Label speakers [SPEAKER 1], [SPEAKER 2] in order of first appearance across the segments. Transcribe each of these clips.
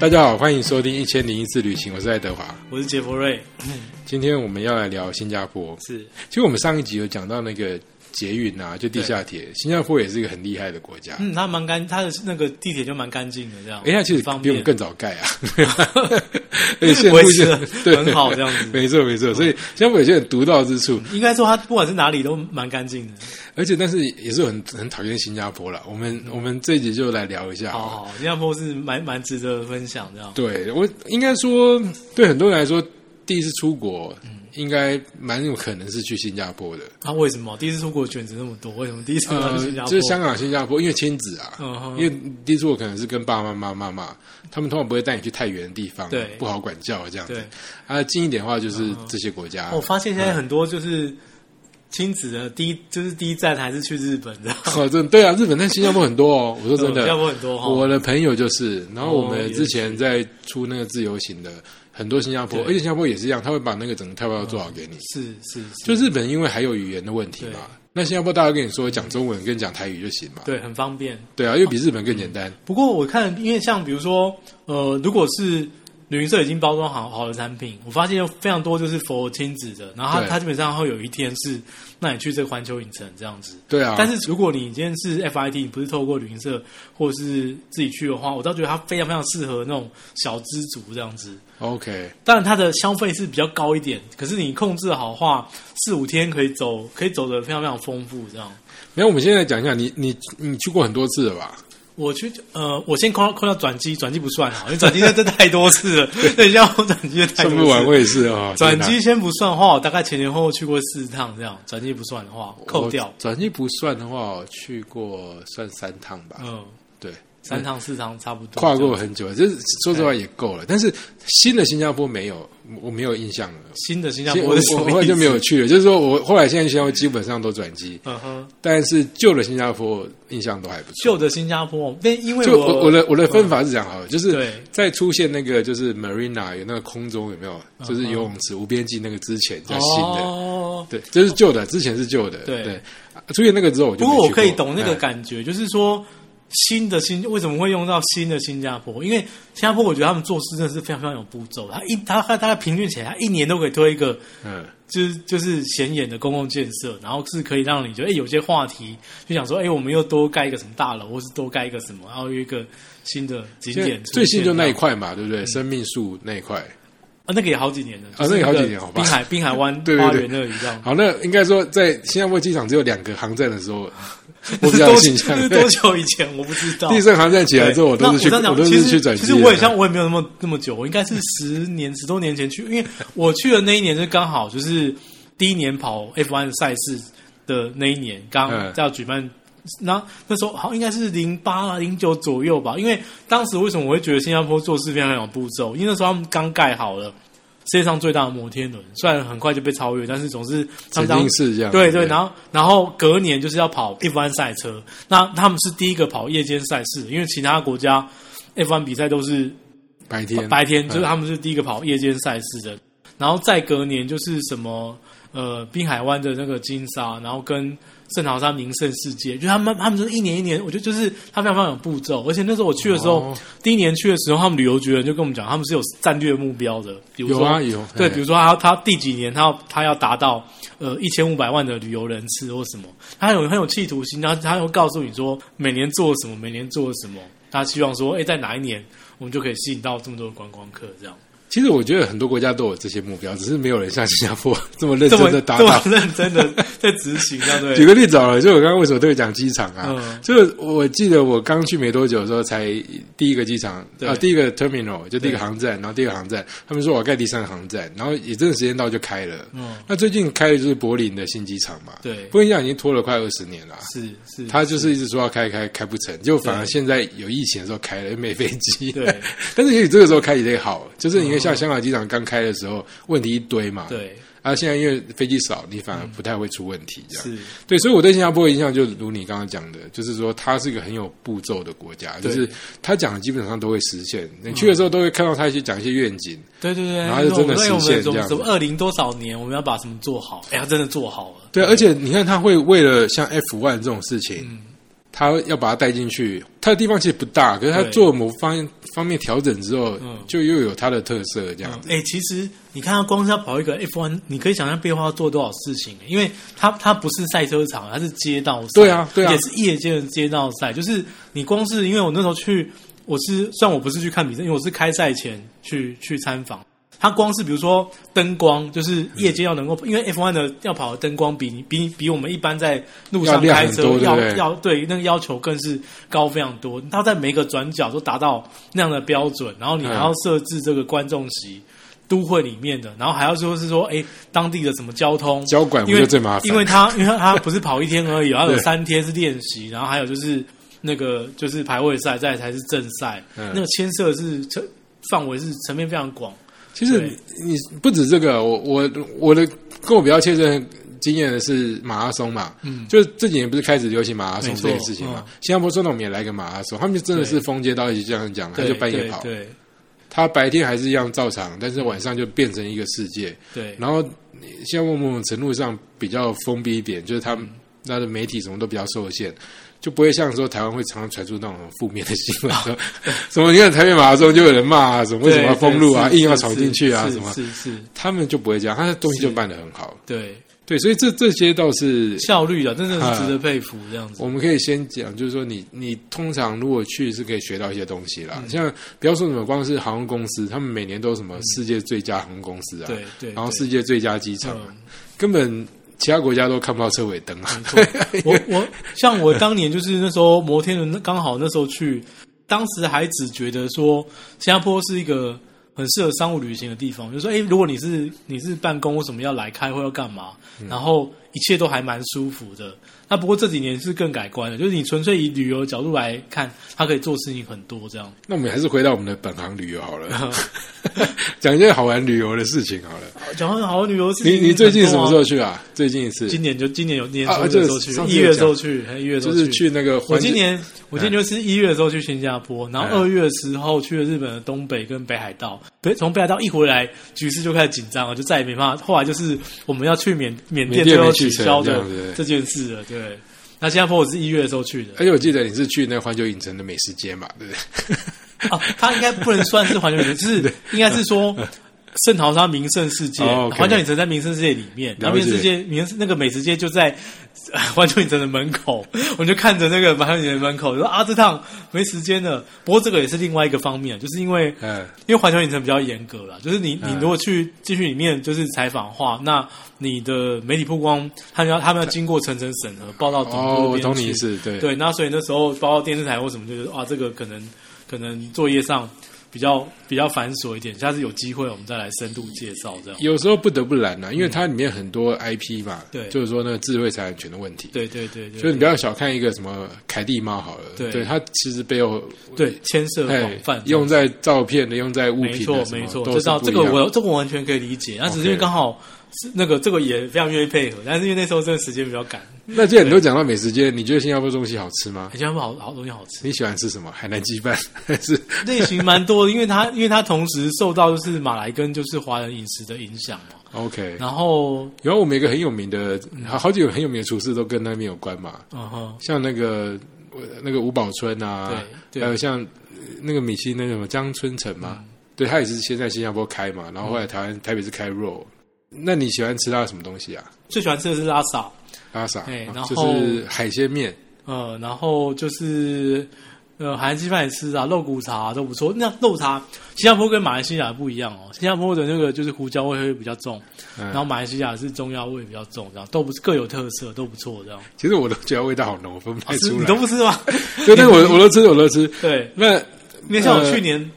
[SPEAKER 1] 大家好，欢迎收听《一千零一次旅行》，我是爱德华。
[SPEAKER 2] 我是杰佛瑞，
[SPEAKER 1] 今天我们要来聊新加坡。
[SPEAKER 2] 是
[SPEAKER 1] 其实我们上一集有讲到那个捷运啊，就地下铁，新加坡也是一个很厉害的国家。
[SPEAKER 2] 嗯，它蛮干，它的那个地铁就蛮干净的，这样。
[SPEAKER 1] 哎，它其实
[SPEAKER 2] 方
[SPEAKER 1] 比我
[SPEAKER 2] 便
[SPEAKER 1] 们更早盖 啊，而且现在
[SPEAKER 2] 维
[SPEAKER 1] 附
[SPEAKER 2] 持
[SPEAKER 1] 近
[SPEAKER 2] 得
[SPEAKER 1] 对
[SPEAKER 2] 很好这样子嗯
[SPEAKER 1] 没错没错。所以新加坡有些很独到之处，
[SPEAKER 2] 应该说它不管是哪里都蛮干净的。
[SPEAKER 1] 而且但是也是很很讨厌新加坡啦。我们我们这一集就来聊一下好了
[SPEAKER 2] 嗯好好，新加坡是蛮蛮值得分享这样。
[SPEAKER 1] 对我应该说，对很多人来说，第一次出国，
[SPEAKER 2] 嗯
[SPEAKER 1] 应该蛮有可能是去新加坡的。
[SPEAKER 2] 啊，为什么第一次出国选择那么多？为什么第一次出国
[SPEAKER 1] 呃
[SPEAKER 2] 去新加，坡？
[SPEAKER 1] 就是香港、新加坡，因为亲子啊，
[SPEAKER 2] 嗯哼
[SPEAKER 1] 因为第一次我可能是跟爸爸妈妈、妈妈，他们通常不会带你去太远的地方，
[SPEAKER 2] 对
[SPEAKER 1] 不好管教这样子
[SPEAKER 2] 对。嗯哦
[SPEAKER 1] 啊，近一点的话就是这些国家。
[SPEAKER 2] 我发现现在很多就是亲子的第一，就是第一站还是去日本的。
[SPEAKER 1] 哦，真的对啊，日本但新加坡很多哦。我说真
[SPEAKER 2] 新加
[SPEAKER 1] 的，
[SPEAKER 2] 坡很多哈。
[SPEAKER 1] 我的朋友就是，然后我
[SPEAKER 2] 哦
[SPEAKER 1] 们
[SPEAKER 2] 也
[SPEAKER 1] 之前在出那个自由行的，很多新加坡，
[SPEAKER 2] 对
[SPEAKER 1] 而且新加坡也是一样，他会把那个整个套票做好给你。
[SPEAKER 2] 是是是，
[SPEAKER 1] 就日本因为还有语言的问题
[SPEAKER 2] 对
[SPEAKER 1] 嘛，那新加坡大家跟你说讲中文跟讲台语就行嘛，
[SPEAKER 2] 对，很方便。
[SPEAKER 1] 对啊，因为比日本更简单。
[SPEAKER 2] 不过我看，因为像比如说，呃，如果是旅行社已经包装好好的产品，我发现有非常多就是佛亲子的，然后它
[SPEAKER 1] 对
[SPEAKER 2] 它基本上会有一天是让你去这个环球影城这样子。
[SPEAKER 1] 对啊，
[SPEAKER 2] 但是如果你今天是 FIT，你不是透过旅行社或是自己去的话，我倒觉得它非常非常适合那种小资族这样子。
[SPEAKER 1] OK，
[SPEAKER 2] 当然，它的消费是比较高一点，可是你控制好的话，四五天可以走，可以走的非常非常丰富这样。
[SPEAKER 1] 然后我们现在讲一下，你你你去过很多次了吧？
[SPEAKER 2] 我去呃，我先扣扣掉转机，转机不算啊，因为转机那这太多次了，对，要我转机的太
[SPEAKER 1] 算
[SPEAKER 2] 多次。
[SPEAKER 1] 不完，我也是啊。
[SPEAKER 2] 转
[SPEAKER 1] 天
[SPEAKER 2] 机
[SPEAKER 1] 哪
[SPEAKER 2] 先不算的话，我大概前前后后去过四趟这样，转机不算的话，扣掉
[SPEAKER 1] 我，转机不算的话，我去过算三趟吧。
[SPEAKER 2] 嗯，
[SPEAKER 1] 对，
[SPEAKER 2] 三趟四趟差不多。
[SPEAKER 1] 跨过
[SPEAKER 2] 这样
[SPEAKER 1] 很久了，就是说实话也够
[SPEAKER 2] 哎
[SPEAKER 1] 了。但是新的新加坡没有，我没有印象了。
[SPEAKER 2] 新的新加
[SPEAKER 1] 其实
[SPEAKER 2] 坡
[SPEAKER 1] 我
[SPEAKER 2] 是什
[SPEAKER 1] 我
[SPEAKER 2] 么
[SPEAKER 1] 后来
[SPEAKER 2] 意
[SPEAKER 1] 就没有
[SPEAKER 2] 思，
[SPEAKER 1] 去了，就是说我后来现在去新加坡基本上都转机，
[SPEAKER 2] 嗯哼，
[SPEAKER 1] 但是旧的新加坡印象都还不错。
[SPEAKER 2] 旧的新加坡，那因为
[SPEAKER 1] 就呃我我
[SPEAKER 2] 我嗯
[SPEAKER 1] 的我的分法是这样好了，就是
[SPEAKER 2] 对
[SPEAKER 1] 在出现那个就是 marina 有那个空中有没有，就是
[SPEAKER 2] 嗯
[SPEAKER 1] 游泳池无边际那个之前叫新的，
[SPEAKER 2] 哦，
[SPEAKER 1] 对，这是旧的，之前是旧的，
[SPEAKER 2] 对
[SPEAKER 1] 对。啊出现那个之后，我就
[SPEAKER 2] 不过我
[SPEAKER 1] 没去
[SPEAKER 2] 可以懂那个
[SPEAKER 1] 哎
[SPEAKER 2] 感觉，就是说新的新为什么会用到新的新加坡？因为新加坡我觉得他们做事真的是非常非常有步骤，他一他他他平均起来，他一年都可以推一个。
[SPEAKER 1] 嗯，
[SPEAKER 2] 就是就是显眼的公共建设，然后是可以让你觉得，哎、有些话题就想说，哎、我们又多盖一个什么大楼，或是多盖一个什么，然后有一个新的景
[SPEAKER 1] 现在
[SPEAKER 2] 点出现。嗯
[SPEAKER 1] 最新就那一
[SPEAKER 2] 这样
[SPEAKER 1] 块嘛，对不对？生命树那一块。
[SPEAKER 2] 啊，那个也好几年了，
[SPEAKER 1] 啊那个也好几年好吧
[SPEAKER 2] 滨海滨海湾
[SPEAKER 1] 对对对
[SPEAKER 2] 花园那里这样。
[SPEAKER 1] 好，那应该说在新加坡机场只有两个航站的时 候， 我比
[SPEAKER 2] 这是
[SPEAKER 1] 较有
[SPEAKER 2] 多
[SPEAKER 1] 印
[SPEAKER 2] 久这
[SPEAKER 1] 象
[SPEAKER 2] 是。多久以前？我不知 道。
[SPEAKER 1] 第三航站起来
[SPEAKER 2] 对
[SPEAKER 1] 之后，我
[SPEAKER 2] 那
[SPEAKER 1] 都是去，
[SPEAKER 2] 这样讲
[SPEAKER 1] 我都
[SPEAKER 2] 其
[SPEAKER 1] 是
[SPEAKER 2] 实
[SPEAKER 1] 去转机啊
[SPEAKER 2] 其
[SPEAKER 1] 的。
[SPEAKER 2] 实我也像，我也没有那么那么久，我应该是十年、十多年前去，因为我去的那一年就刚好就是第一年跑 F1 的赛事的那一年，刚
[SPEAKER 1] 嗯
[SPEAKER 2] 要举办。那那时候好像应该是零八零九左右吧，因为当时为什么我会觉得新加坡做事非常有步骤？因为那时候他们刚盖好了世界上最大的摩天轮，虽然很快就被超越，但是总是
[SPEAKER 1] 曾
[SPEAKER 2] 他们当
[SPEAKER 1] 经是这样。
[SPEAKER 2] 对对，然后然后隔年就是要跑 F1 赛车，那他们是第一个跑夜间赛事，因为其他国家 F1 比赛都是
[SPEAKER 1] 白天
[SPEAKER 2] 白天，就是
[SPEAKER 1] 嗯
[SPEAKER 2] 他们是第一个跑夜间赛事的。然后再隔年就是什么呃滨海湾的那个金沙，然后跟圣淘沙名胜世界，就他们他们就是一年一年，我觉得就是他们非常有步骤。而且那时候我去的时候，
[SPEAKER 1] 哦
[SPEAKER 2] 第一年去的时候，他们旅游局人就跟我们讲，他们是有战略目标的，比如说
[SPEAKER 1] 有啊有
[SPEAKER 2] 对，
[SPEAKER 1] 嘿
[SPEAKER 2] 比如说他他第几年他要他要达到呃一千五百万的旅游人次或什么，他有很有企图心，然后他又告诉你说每年做什么，每年做什么，他希望说哎在哪一年我们就可以吸引到这么多的观光客这样。
[SPEAKER 1] 其实我觉得很多国家都有这些目标，只是没有人像新加坡 这么认
[SPEAKER 2] 这么
[SPEAKER 1] 哎真的达
[SPEAKER 2] 这么
[SPEAKER 1] 到。
[SPEAKER 2] 认真的 在执行，这样对
[SPEAKER 1] 举个例子好了，就我刚刚为什么都会讲机场啊？
[SPEAKER 2] 嗯
[SPEAKER 1] 就是我记得我刚去没多久的时候，才第一个机场
[SPEAKER 2] 对
[SPEAKER 1] 啊，第一个 terminal 就第一个
[SPEAKER 2] 对
[SPEAKER 1] 航站，然后第二个航站，他们说我要盖第三个航站，然后也真的时间到就开了。
[SPEAKER 2] 嗯
[SPEAKER 1] 那最近开的就是柏林的新机场嘛，
[SPEAKER 2] 对
[SPEAKER 1] 柏林机场已经拖了快二十年了啊。
[SPEAKER 2] 是是，
[SPEAKER 1] 他就是一直说要开开开不成，就反而
[SPEAKER 2] 对
[SPEAKER 1] 现在有疫情的时候开了，又没飞机。
[SPEAKER 2] 对 嗯
[SPEAKER 1] 但是也许这个时候开也得好，就是因为像香港机场刚开的时候，问题一堆嘛。
[SPEAKER 2] 对嗯
[SPEAKER 1] 啊，现在因为飞机少，你反而不太会出问题，这样。
[SPEAKER 2] 是
[SPEAKER 1] 对，所以我对新加坡的印象就如你刚刚讲的，就是说它是一个很有步骤的国家，就
[SPEAKER 2] 对嗯
[SPEAKER 1] 是他讲的基本上都会实现。你去的时候都会看到他去讲一些愿景，
[SPEAKER 2] 对对对，
[SPEAKER 1] 然后就真的
[SPEAKER 2] 因为我们
[SPEAKER 1] 实现
[SPEAKER 2] 什
[SPEAKER 1] 这
[SPEAKER 2] 么
[SPEAKER 1] 样
[SPEAKER 2] 什
[SPEAKER 1] 子
[SPEAKER 2] 么二零多少年我们要把什么做好，哎，他真的做好了，嗯
[SPEAKER 1] 对，而且你看他会为了像 F one 这种事情，他要把它带进去，它的地方其实不大，可是他
[SPEAKER 2] 对
[SPEAKER 1] 做某方方面调整之后
[SPEAKER 2] 嗯，
[SPEAKER 1] 就又有它的特色这样子。
[SPEAKER 2] 哎、其实你看，他光是要跑一个 F1，你可以想象背后要做多少事情，因为它它不是赛车场，它是街道赛，
[SPEAKER 1] 对啊对啊
[SPEAKER 2] 也是夜间的街道赛。就是你光是因为我那时候去，我是虽然我不是去看比赛，因为我是开赛前去去参访。它光是比如说灯光，就是夜间要能够，
[SPEAKER 1] 嗯
[SPEAKER 2] 因为 F1 的要跑的灯光比你比比我们一般在路
[SPEAKER 1] 要
[SPEAKER 2] 上
[SPEAKER 1] 亮
[SPEAKER 2] 开
[SPEAKER 1] 很
[SPEAKER 2] 车
[SPEAKER 1] 多对不
[SPEAKER 2] 要
[SPEAKER 1] 对
[SPEAKER 2] 要对那个要求更是高非常多。它在每个转角都达到那样的标准，然后你
[SPEAKER 1] 嗯
[SPEAKER 2] 还要设置这个观众席。都会里面的，然后还要说是说，哎，当地的什么交通
[SPEAKER 1] 交管不
[SPEAKER 2] 因为
[SPEAKER 1] 就最麻烦
[SPEAKER 2] 因为他因为他不是跑一天而已，然后有
[SPEAKER 1] 对
[SPEAKER 2] 三天是练习，然后还有就是那个就是排位赛，再来才是正赛，
[SPEAKER 1] 嗯
[SPEAKER 2] 那个牵涉是层范围是层面非常广，
[SPEAKER 1] 其实
[SPEAKER 2] 对
[SPEAKER 1] 你不止这个，我我我的跟我比较切身经验的是马拉松嘛，嗯，就是这几年不是开始流行马拉松
[SPEAKER 2] 没
[SPEAKER 1] 这
[SPEAKER 2] 错
[SPEAKER 1] 件事情嘛
[SPEAKER 2] 嗯？
[SPEAKER 1] 新加坡总统也来个马拉松，他们就真的是
[SPEAKER 2] 对
[SPEAKER 1] 封街道一起这样讲，他
[SPEAKER 2] 对
[SPEAKER 1] 就半夜
[SPEAKER 2] 对
[SPEAKER 1] 跑，
[SPEAKER 2] 对
[SPEAKER 1] 他白天还是一样照常，但是晚上就变成一个世界。
[SPEAKER 2] 对，
[SPEAKER 1] 然后现在某种程度上比较封闭一点，就是他们他的媒体什么都比较受限，就不会像说台湾会常常传出那种负面的新闻， 说什么你看台北马拉松就有人骂啊，什么为什么要
[SPEAKER 2] 对
[SPEAKER 1] 封路啊，
[SPEAKER 2] 对
[SPEAKER 1] 硬要
[SPEAKER 2] 是
[SPEAKER 1] 闯进去啊，
[SPEAKER 2] 是
[SPEAKER 1] 什么，
[SPEAKER 2] 是是是，
[SPEAKER 1] 他们就不会这样，他的东西就办得很好。
[SPEAKER 2] 对
[SPEAKER 1] 对，所以这这些倒是
[SPEAKER 2] 效率啊，真的是值得佩服，这样子，
[SPEAKER 1] 我们可以先讲，就是说你你通常如果去是可以学到一些东西
[SPEAKER 2] 嗯
[SPEAKER 1] 啦，像不要说什么光是航空公司，他们每年都有什么世界最佳航空公司啊，
[SPEAKER 2] 对对，
[SPEAKER 1] 然后
[SPEAKER 2] 对
[SPEAKER 1] 世界最佳机场啊，
[SPEAKER 2] 嗯
[SPEAKER 1] 根本其他国家都看不到车尾灯啊。
[SPEAKER 2] 嗯 我我像我当年就是那时候摩天轮刚好那时候去，当时还只觉得说新加坡是一个很适合商务旅行的地方，就是说哎、诶如果你是你是办公，为什么要来开会要干嘛？
[SPEAKER 1] 嗯
[SPEAKER 2] 然后一切都还蛮舒服的。那不过这几年是更改观了，就是你纯粹以旅游角度来看，它可以做事情很多这样。
[SPEAKER 1] 那我们还是回到我们的本行旅游好了，
[SPEAKER 2] 嗯
[SPEAKER 1] 讲一件好玩旅游的事情好了。
[SPEAKER 2] 哦讲到好旅游事情
[SPEAKER 1] 你
[SPEAKER 2] 很多啊，
[SPEAKER 1] 你最近什么时候去啊？最近一次
[SPEAKER 2] 今年就今年有年
[SPEAKER 1] 啊
[SPEAKER 2] 初的
[SPEAKER 1] 这个
[SPEAKER 2] 时候去
[SPEAKER 1] 上，次
[SPEAKER 2] 一
[SPEAKER 1] 有
[SPEAKER 2] 月的时
[SPEAKER 1] 讲
[SPEAKER 2] 候去，还一月的时
[SPEAKER 1] 就
[SPEAKER 2] 候
[SPEAKER 1] 是去那个
[SPEAKER 2] 我
[SPEAKER 1] 环境啊
[SPEAKER 2] 今年我今年就是一月的时候去新加坡，然后
[SPEAKER 1] 嗯
[SPEAKER 2] 二月的时候去了日本的东北跟北海道。北从北海道一回来，局势就开始紧张了，就再也没办法。后来就是我们要去缅缅
[SPEAKER 1] 缅
[SPEAKER 2] 甸，
[SPEAKER 1] 甸
[SPEAKER 2] 最后
[SPEAKER 1] 没去
[SPEAKER 2] 取
[SPEAKER 1] 成
[SPEAKER 2] 消
[SPEAKER 1] 这
[SPEAKER 2] 的
[SPEAKER 1] 样子
[SPEAKER 2] 这件事了。对，那新加坡我是一月的时候去的
[SPEAKER 1] 而且我记得你是去那个环球影城的美食街嘛，对不对？
[SPEAKER 2] 啊，它应该不能算是环球影 城，就是应该是说。圣淘沙名胜世界，
[SPEAKER 1] 哦，OK
[SPEAKER 2] 环球影城在名胜世界里面，
[SPEAKER 1] 了
[SPEAKER 2] 然
[SPEAKER 1] 解
[SPEAKER 2] 后名胜世界名那个美食街就在 呃环球影城的门口， 我就看着那个环球影城的门口，就说啊，这趟没时间了。不过这个也是另外一个方面，就是因为
[SPEAKER 1] 嗯，
[SPEAKER 2] 因为环球影城比较严格啦，就是你你
[SPEAKER 1] 嗯
[SPEAKER 2] 如果去进去里面就是采访的话，那你的媒体曝光，他们要他们要经过层层审核，报到总
[SPEAKER 1] 哦，
[SPEAKER 2] 部
[SPEAKER 1] 我
[SPEAKER 2] 那边
[SPEAKER 1] 懂你
[SPEAKER 2] 去
[SPEAKER 1] 意思，对
[SPEAKER 2] 对，那所以那时候包括电视台或什么，就是啊，这个可能可能作业上比较比较繁琐一点，下次有机会我们再来深度介绍这样。
[SPEAKER 1] 有时候不得不懒啊，因为它里面很多 IP 嘛，
[SPEAKER 2] 嗯对
[SPEAKER 1] 就是说那个智慧财产权的问题。
[SPEAKER 2] 对对对
[SPEAKER 1] 所以
[SPEAKER 2] 对，
[SPEAKER 1] 你不要小看一个什么凯蒂猫好了，
[SPEAKER 2] 对
[SPEAKER 1] 对它其实背后
[SPEAKER 2] 对牵涉广
[SPEAKER 1] 哎
[SPEAKER 2] 泛，
[SPEAKER 1] 用在照片的，用在物
[SPEAKER 2] 没
[SPEAKER 1] 品
[SPEAKER 2] 错
[SPEAKER 1] 的，什么，
[SPEAKER 2] 没错，
[SPEAKER 1] 都
[SPEAKER 2] 这
[SPEAKER 1] 是
[SPEAKER 2] 道
[SPEAKER 1] 不
[SPEAKER 2] 这
[SPEAKER 1] 一
[SPEAKER 2] 个
[SPEAKER 1] 样
[SPEAKER 2] 我这个我完全可以理解，那只是因为
[SPEAKER 1] OK
[SPEAKER 2] 刚好是那个这个也非常愿意配合，但是因为那时候真的时间比较赶，哎
[SPEAKER 1] 那既然你都讲到美食街，你觉得新加坡东西好吃吗？
[SPEAKER 2] 新加坡好好东西好吃。
[SPEAKER 1] 你喜欢吃什么？海南鸡饭 还是？
[SPEAKER 2] 类型蛮多的，因为它 因为它同时受到就是马来跟就是华人饮食的影响嘛。
[SPEAKER 1] OK，
[SPEAKER 2] 然后，
[SPEAKER 1] 然后我们有一个很有名的，好好几个很有名的厨师都跟那边有关嘛，
[SPEAKER 2] 嗯哼，
[SPEAKER 1] 像那个呃那个吴宝春啊，还
[SPEAKER 2] 对对嗯
[SPEAKER 1] 有像呃那个米其林那个什么江春城嘛，对他也是先在新加坡开嘛，然后后来台湾台北是开 roll。那你喜欢吃他的什么东西啊？
[SPEAKER 2] 最喜欢吃的是拉萨，
[SPEAKER 1] 拉萨
[SPEAKER 2] 哎
[SPEAKER 1] 啊
[SPEAKER 2] 然后
[SPEAKER 1] 就是海鲜面，
[SPEAKER 2] 呃，然后就是呃，韩式饭也吃啊，肉骨茶、都不错。那肉茶，新加坡跟马来西亚不一样哦，新加坡的那个就是胡椒味会比较重，
[SPEAKER 1] 嗯
[SPEAKER 2] 然后马来西亚是中药味比较重，这样都不是各有特色，都不错这样。啊
[SPEAKER 1] 其实我都觉得味道好浓，我 分不太
[SPEAKER 2] 是
[SPEAKER 1] 出
[SPEAKER 2] 你
[SPEAKER 1] 来。
[SPEAKER 2] 都不吃吗？
[SPEAKER 1] 对，但是我我都吃，我都吃。
[SPEAKER 2] 对，
[SPEAKER 1] 那
[SPEAKER 2] 因为像我
[SPEAKER 1] 呃
[SPEAKER 2] 去年，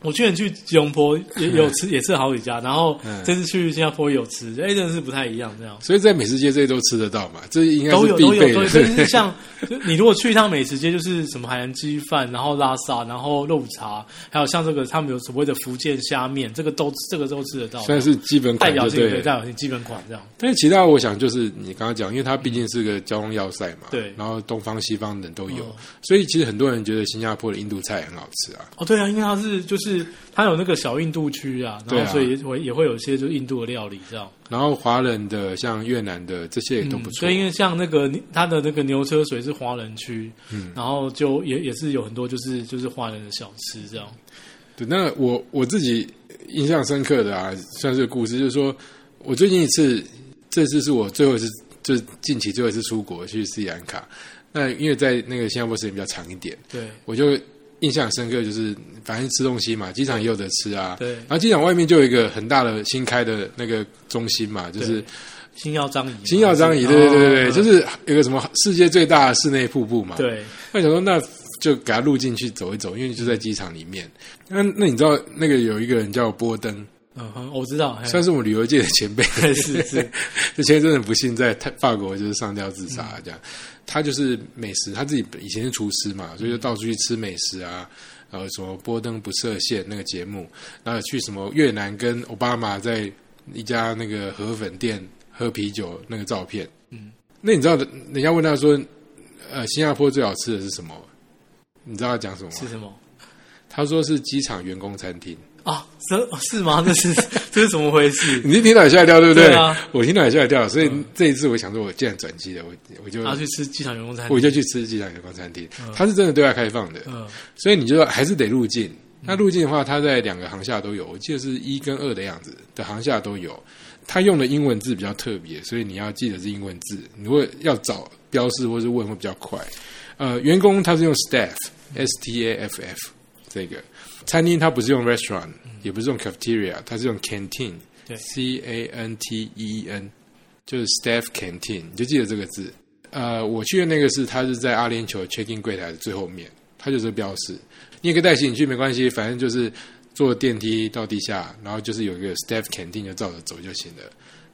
[SPEAKER 2] 我去年去吉隆坡也也有吃，也吃了好几家，然后
[SPEAKER 1] 嗯
[SPEAKER 2] 这次去新加坡也有吃，哎，真的是不太一样这样。
[SPEAKER 1] 所以在美食街这些都吃得到嘛，这应该
[SPEAKER 2] 都
[SPEAKER 1] 是
[SPEAKER 2] 有
[SPEAKER 1] 必
[SPEAKER 2] 都有
[SPEAKER 1] 备
[SPEAKER 2] 都
[SPEAKER 1] 的。
[SPEAKER 2] 有，就
[SPEAKER 1] 对
[SPEAKER 2] 是像 就你如果去一趟美食街，就是什么海南鸡饭，然后拉萨，然后肉骨茶，还有像这个他们有所谓的福建虾面，这个都这个都吃得到，
[SPEAKER 1] 算是基本
[SPEAKER 2] 代
[SPEAKER 1] 款
[SPEAKER 2] 表
[SPEAKER 1] 就
[SPEAKER 2] 性
[SPEAKER 1] 对
[SPEAKER 2] 的
[SPEAKER 1] 了。
[SPEAKER 2] 代表性基本款这样。
[SPEAKER 1] 但是其他我想就是你刚刚讲，因为它毕竟是个交通要塞嘛，
[SPEAKER 2] 嗯对
[SPEAKER 1] 然后东方西方人都有
[SPEAKER 2] 嗯，
[SPEAKER 1] 所以其实很多人觉得新加坡的印度菜很好吃啊。
[SPEAKER 2] 哦，对啊，因为它是就是就是它有那个小印度区啊，
[SPEAKER 1] 对
[SPEAKER 2] 然
[SPEAKER 1] 啊
[SPEAKER 2] 后所以也会也会有一些就是印度的料理这样。
[SPEAKER 1] 然后华人的像越南的这些也都不错
[SPEAKER 2] 所嗯以，因为像那个它的那个牛车水是华人区，嗯，然后就也也是有很多就是就是华人的小吃这样。
[SPEAKER 1] 对，那我我自己印象深刻的啊，算是个故事，就是说我最近一次，这次是我最后一次，就是近期最后一次出国去斯里兰卡。那因为在那个新加坡时间比较长一点，
[SPEAKER 2] 对
[SPEAKER 1] 我就印象深刻，就是反正吃东西嘛，机场也有得吃啊。
[SPEAKER 2] 对
[SPEAKER 1] 然后机场外面就有一个很大的新开的那个中心嘛，就是
[SPEAKER 2] 对星耀张仪嘛，
[SPEAKER 1] 新耀张仪，对
[SPEAKER 2] 是
[SPEAKER 1] 对对对，
[SPEAKER 2] 哦
[SPEAKER 1] 就是有个什么世界最大的室内瀑布嘛。
[SPEAKER 2] 对
[SPEAKER 1] 那想说那就给他录进去走一走，因为就在机场里面。那那你知道那个有一个人叫波登，
[SPEAKER 2] 嗯哼，我知道，嘿
[SPEAKER 1] 算是我们旅游界的前辈，
[SPEAKER 2] 是是，
[SPEAKER 1] 这前真的不幸在泰法国就是上吊自
[SPEAKER 2] 嗯
[SPEAKER 1] 杀这样。他就是美食，他自己以前是厨师
[SPEAKER 2] 嗯
[SPEAKER 1] 嘛，所以就到处去吃美食啊。然后什么波登不设限那个节目，然后去什么越南跟奥巴马在一家那个河粉店喝啤酒那个照片。嗯，那你知道人家问他说，呃，新加坡最好吃的是什么？你知道他讲什么吗？
[SPEAKER 2] 是什么
[SPEAKER 1] 他说是机场员工餐厅。
[SPEAKER 2] 啊？是是吗？这是 这是怎么回事？
[SPEAKER 1] 你是听到也吓一跳，对不对？嗯
[SPEAKER 2] 对啊
[SPEAKER 1] 我听到也吓一跳，所以这一次我想说，我既然转机了，我我就、
[SPEAKER 2] 他去吃机场员工餐
[SPEAKER 1] 我
[SPEAKER 2] 厅，
[SPEAKER 1] 啊就去吃机场嗯员工餐厅，它是真的对外开放的，
[SPEAKER 2] 嗯，
[SPEAKER 1] 所以你就还是得入境。那入境的话，它在两个航厦都有，我记得是一跟二的样子的航厦都有。它用的英文字比较特别，所以你要记得是英文字。如果要找标示或是问会比较快。呃，员工他是用 staff，s t a f f 这个餐厅，它不是用 restaurant，也不是用 cafeteria，它是用 canteen，c
[SPEAKER 2] 嗯对
[SPEAKER 1] a n t e e n，就是 staff canteen，你就记得这个字。呃，我去的那个是，它是在阿联酋 check in 柜台的最后面，它就是标示。你也可以带行李去，没关系，反正就是坐电梯到地下，然后就是有一个 staff canteen 就照着走就行了，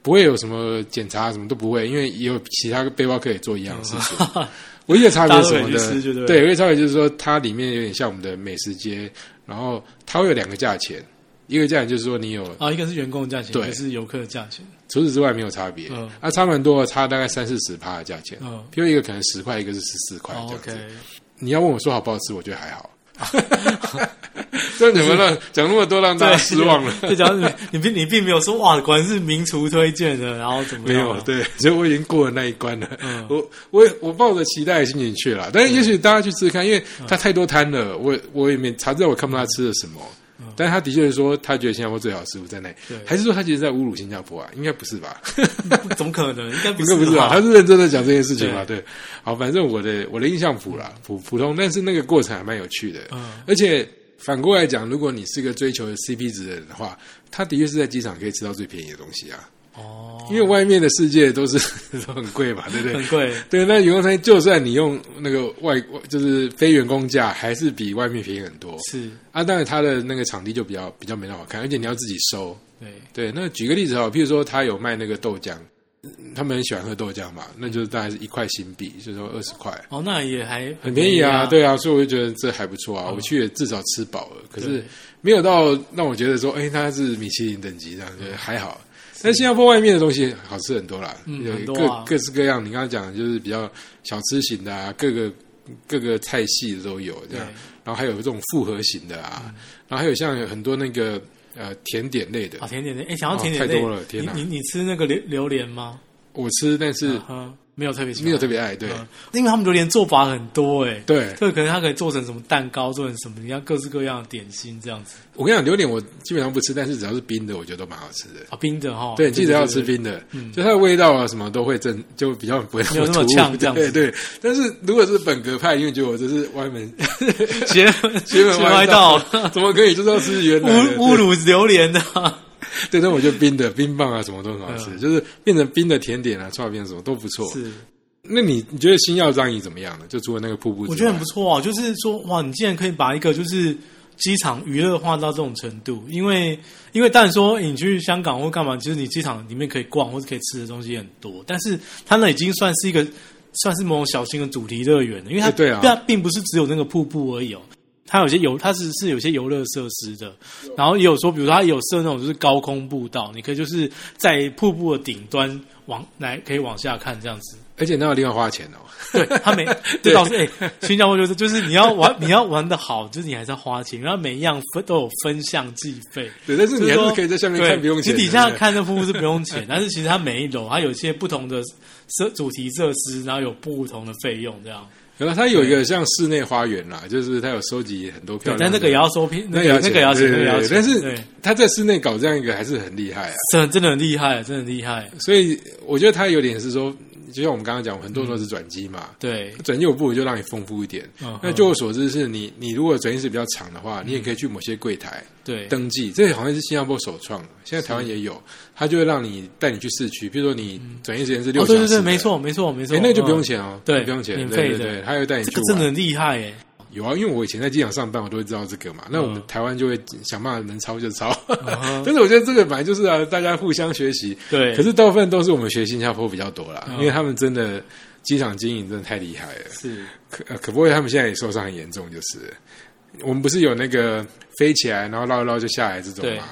[SPEAKER 1] 不会有什么检查什么都不会，因为也有其他背包客也做一样的事情。唯一的差别是什么
[SPEAKER 2] 哦 大家都可以去吃就
[SPEAKER 1] 呢？对，
[SPEAKER 2] 对了
[SPEAKER 1] 唯一的差别就是说，它里面有点像我们的美食街，然后它会有两个价钱，一个价钱就是说你有，
[SPEAKER 2] 啊，一个是员工的价钱，
[SPEAKER 1] 对
[SPEAKER 2] 一个是游客的价钱，
[SPEAKER 1] 除此之外没有差别，
[SPEAKER 2] 嗯
[SPEAKER 1] 啊，差蛮多的，差大概三四十趴的价钱，
[SPEAKER 2] 嗯哦
[SPEAKER 1] 比如一个可能十块，一个是十四块这样子。
[SPEAKER 2] ，OK，
[SPEAKER 1] 你要问我说好不好吃，我觉得还 好。这样怎么让讲那么多让大家失望 了？
[SPEAKER 2] 就假如你你并你并没有说哇，果然是名厨推荐的，然后怎么
[SPEAKER 1] 没
[SPEAKER 2] 样
[SPEAKER 1] 有，啊对，所以我已经过了那一关了。
[SPEAKER 2] 啊嗯
[SPEAKER 1] 我我也我抱着期待的心情去了，但是也许大家去试试看，因为
[SPEAKER 2] 嗯
[SPEAKER 1] 他太多摊了，我我也没查知道我看不到他吃了什么。但是他的确是说，他觉得新加坡最好的食物在那里
[SPEAKER 2] 嗯对，
[SPEAKER 1] 还是说他其实在侮辱新加坡啊？应该不是吧？
[SPEAKER 2] 怎么可能？应该不
[SPEAKER 1] 应该
[SPEAKER 2] 是
[SPEAKER 1] 不是吧？啊
[SPEAKER 2] 吧
[SPEAKER 1] 他？是认真的讲这件事情嘛？对，好，反正我的我的印象普啦，普普通，但是那个过程还蛮有趣的。
[SPEAKER 2] 嗯，
[SPEAKER 1] 而且反过来讲，如果你是个追求 CP 值的人的话，他的确是在机场可以吃到最便宜的东西啊，
[SPEAKER 2] 哦，
[SPEAKER 1] 因为外面的世界都是 都很贵嘛，对不对
[SPEAKER 2] 很？贵，
[SPEAKER 1] 对，那员工餐就算你用那个外就是非员工价，还是比外面便宜很多
[SPEAKER 2] 是，
[SPEAKER 1] 啊。当然，它的那个场地就比较比较没那么好看，而且你要自己收。
[SPEAKER 2] 对，
[SPEAKER 1] 对，那举个例子哈，譬如说他有卖那个豆浆，嗯他们很喜欢喝豆浆嘛，那就是大概是一块新币，就是说二十块。
[SPEAKER 2] 哦，那也还
[SPEAKER 1] 很便宜啊，，对啊，所以我就觉得这还不错啊，
[SPEAKER 2] 哦
[SPEAKER 1] 我去也至少吃饱了，可是没有到让我觉得说，哎，它是米其林等级这样，觉得还好。但新加坡外面的东西好吃很多啦，
[SPEAKER 2] 嗯
[SPEAKER 1] 有
[SPEAKER 2] 很多
[SPEAKER 1] 各
[SPEAKER 2] 啊
[SPEAKER 1] 各式各样，你刚刚讲的就是比较小吃型的啊，各个各个菜系的都有这
[SPEAKER 2] 对嗯
[SPEAKER 1] 样，，然后还有这种复合型的啊，然后还有像有很多那个呃甜点类的
[SPEAKER 2] 啊，，甜点类，哎，想要
[SPEAKER 1] 哦
[SPEAKER 2] 甜点
[SPEAKER 1] 太
[SPEAKER 2] 类
[SPEAKER 1] 多了天
[SPEAKER 2] 你
[SPEAKER 1] 哪
[SPEAKER 2] 你你吃那个榴榴莲吗？
[SPEAKER 1] 我吃但是
[SPEAKER 2] 嗯，没有特别喜欢，
[SPEAKER 1] 没有特别爱，对
[SPEAKER 2] 嗯，因为他们榴莲做法很多，哎，
[SPEAKER 1] 对，
[SPEAKER 2] 这个可能它可以做成什么蛋糕，做成什么样各式各样的点心这样子
[SPEAKER 1] 我跟你讲，榴莲我基本上不吃，但是只要是冰的，我觉得都蛮好吃的。
[SPEAKER 2] 啊，冰的哈，
[SPEAKER 1] 对，记得要吃
[SPEAKER 2] 对，嗯
[SPEAKER 1] 冰的，就它的味道啊什么都会正，就比较不会
[SPEAKER 2] 没有那么
[SPEAKER 1] 突兀
[SPEAKER 2] 呛这样
[SPEAKER 1] 对
[SPEAKER 2] 子
[SPEAKER 1] 对，但是如果是本格派，因为觉得我这是歪 门
[SPEAKER 2] 对邪门
[SPEAKER 1] 邪门歪
[SPEAKER 2] 歪道，
[SPEAKER 1] 怎么可以就是要吃原
[SPEAKER 2] 侮
[SPEAKER 1] 来的？
[SPEAKER 2] 侮辱榴莲的 啊，
[SPEAKER 1] 对，对那我觉得冰的冰棒啊什么都很好吃，
[SPEAKER 2] 嗯
[SPEAKER 1] 就是变成冰的甜点啊、串冰什么都不错。
[SPEAKER 2] 是。
[SPEAKER 1] 那你你觉得新耀张仪怎么样呢？就除了那个瀑布之外，
[SPEAKER 2] 我觉得很不错啊，就是说，哇，你竟然可以把一个就是机场娱乐化到这种程度，因为因为当然说你去香港或干嘛，其实你机场里面可以逛或者可以吃的东西也很多，但是它那已经算是一个算是某种小型的主题乐园了，因为它、
[SPEAKER 1] 哎对啊
[SPEAKER 2] 它并不是只有那个瀑布而已哦。它有些游，它是是有些游乐设施的，然后也有说，比如说它有设那种就是高空步道，你可以就是在瀑布的顶端往来可以往下看这样子，
[SPEAKER 1] 哎、而且那要另外花钱哦。
[SPEAKER 2] 对他 每就老师哎，新加坡就是就是你要玩你要玩的好，就是你还是要花钱，然后每一样分都有分项计费。
[SPEAKER 1] 对，但是你还
[SPEAKER 2] 就是说
[SPEAKER 1] 可以在下面
[SPEAKER 2] 对
[SPEAKER 1] 看不用钱的。
[SPEAKER 2] 你底下
[SPEAKER 1] 对
[SPEAKER 2] 看那瀑布是不用钱，但是其实它每一楼它有一些不同的设主题设施，然后有不同的费用这样。
[SPEAKER 1] 然后它有一个像室内花园啦，就是它有收集很多漂亮
[SPEAKER 2] 对，
[SPEAKER 1] 的。
[SPEAKER 2] 但那个也要收片，
[SPEAKER 1] 那
[SPEAKER 2] 那
[SPEAKER 1] 也
[SPEAKER 2] 个
[SPEAKER 1] 要
[SPEAKER 2] 那个也要钱，
[SPEAKER 1] 钱，
[SPEAKER 2] 那个
[SPEAKER 1] 对
[SPEAKER 2] 也要
[SPEAKER 1] 对对。
[SPEAKER 2] 钱
[SPEAKER 1] 但
[SPEAKER 2] 对
[SPEAKER 1] 是他在室内搞这样一个还是很厉害啊。
[SPEAKER 2] 真的真的很厉害，真的很厉害。
[SPEAKER 1] 所以我觉得他有点是说，就像我们刚刚讲，很多都是转机嘛。
[SPEAKER 2] 对，
[SPEAKER 1] 转机我不如就让你丰富一点。
[SPEAKER 2] 嗯
[SPEAKER 1] 那
[SPEAKER 2] 哼
[SPEAKER 1] 据我所知是，你你如果转机时比较长的话，你也可以去某些柜台
[SPEAKER 2] 对哦嗯
[SPEAKER 1] 登记，这好像是新加坡首创，现在台湾也有，他就会让你带你去市区，比如说你转机时间是六
[SPEAKER 2] 哦，
[SPEAKER 1] 小
[SPEAKER 2] 对
[SPEAKER 1] 时，
[SPEAKER 2] 对对，没，错没错没错
[SPEAKER 1] 哎，，那就不用
[SPEAKER 2] 嗯。
[SPEAKER 1] 钱哦，
[SPEAKER 2] 对
[SPEAKER 1] 不用钱，
[SPEAKER 2] 免
[SPEAKER 1] 对
[SPEAKER 2] 费
[SPEAKER 1] 对
[SPEAKER 2] 的
[SPEAKER 1] 对，他会带你
[SPEAKER 2] 这
[SPEAKER 1] 去
[SPEAKER 2] 个真
[SPEAKER 1] 玩
[SPEAKER 2] 的。很厉害耶！
[SPEAKER 1] 有啊，因为我以前在机场上班，我都会知道这个嘛。那我们
[SPEAKER 2] 嗯
[SPEAKER 1] 台湾就会想办法能抄就 抄，
[SPEAKER 2] 哼
[SPEAKER 1] 但是我觉得这个本来就是啊，大家互相学习。
[SPEAKER 2] 对，
[SPEAKER 1] 可是大部分都是我们学新加坡比较多啦，
[SPEAKER 2] 嗯
[SPEAKER 1] 因为他们真的机场经营真的太厉害了。
[SPEAKER 2] 是
[SPEAKER 1] 可呃可不过他们现在也受伤很严重，就是我们不是有那个飞起来然后绕一绕就下来这种嘛？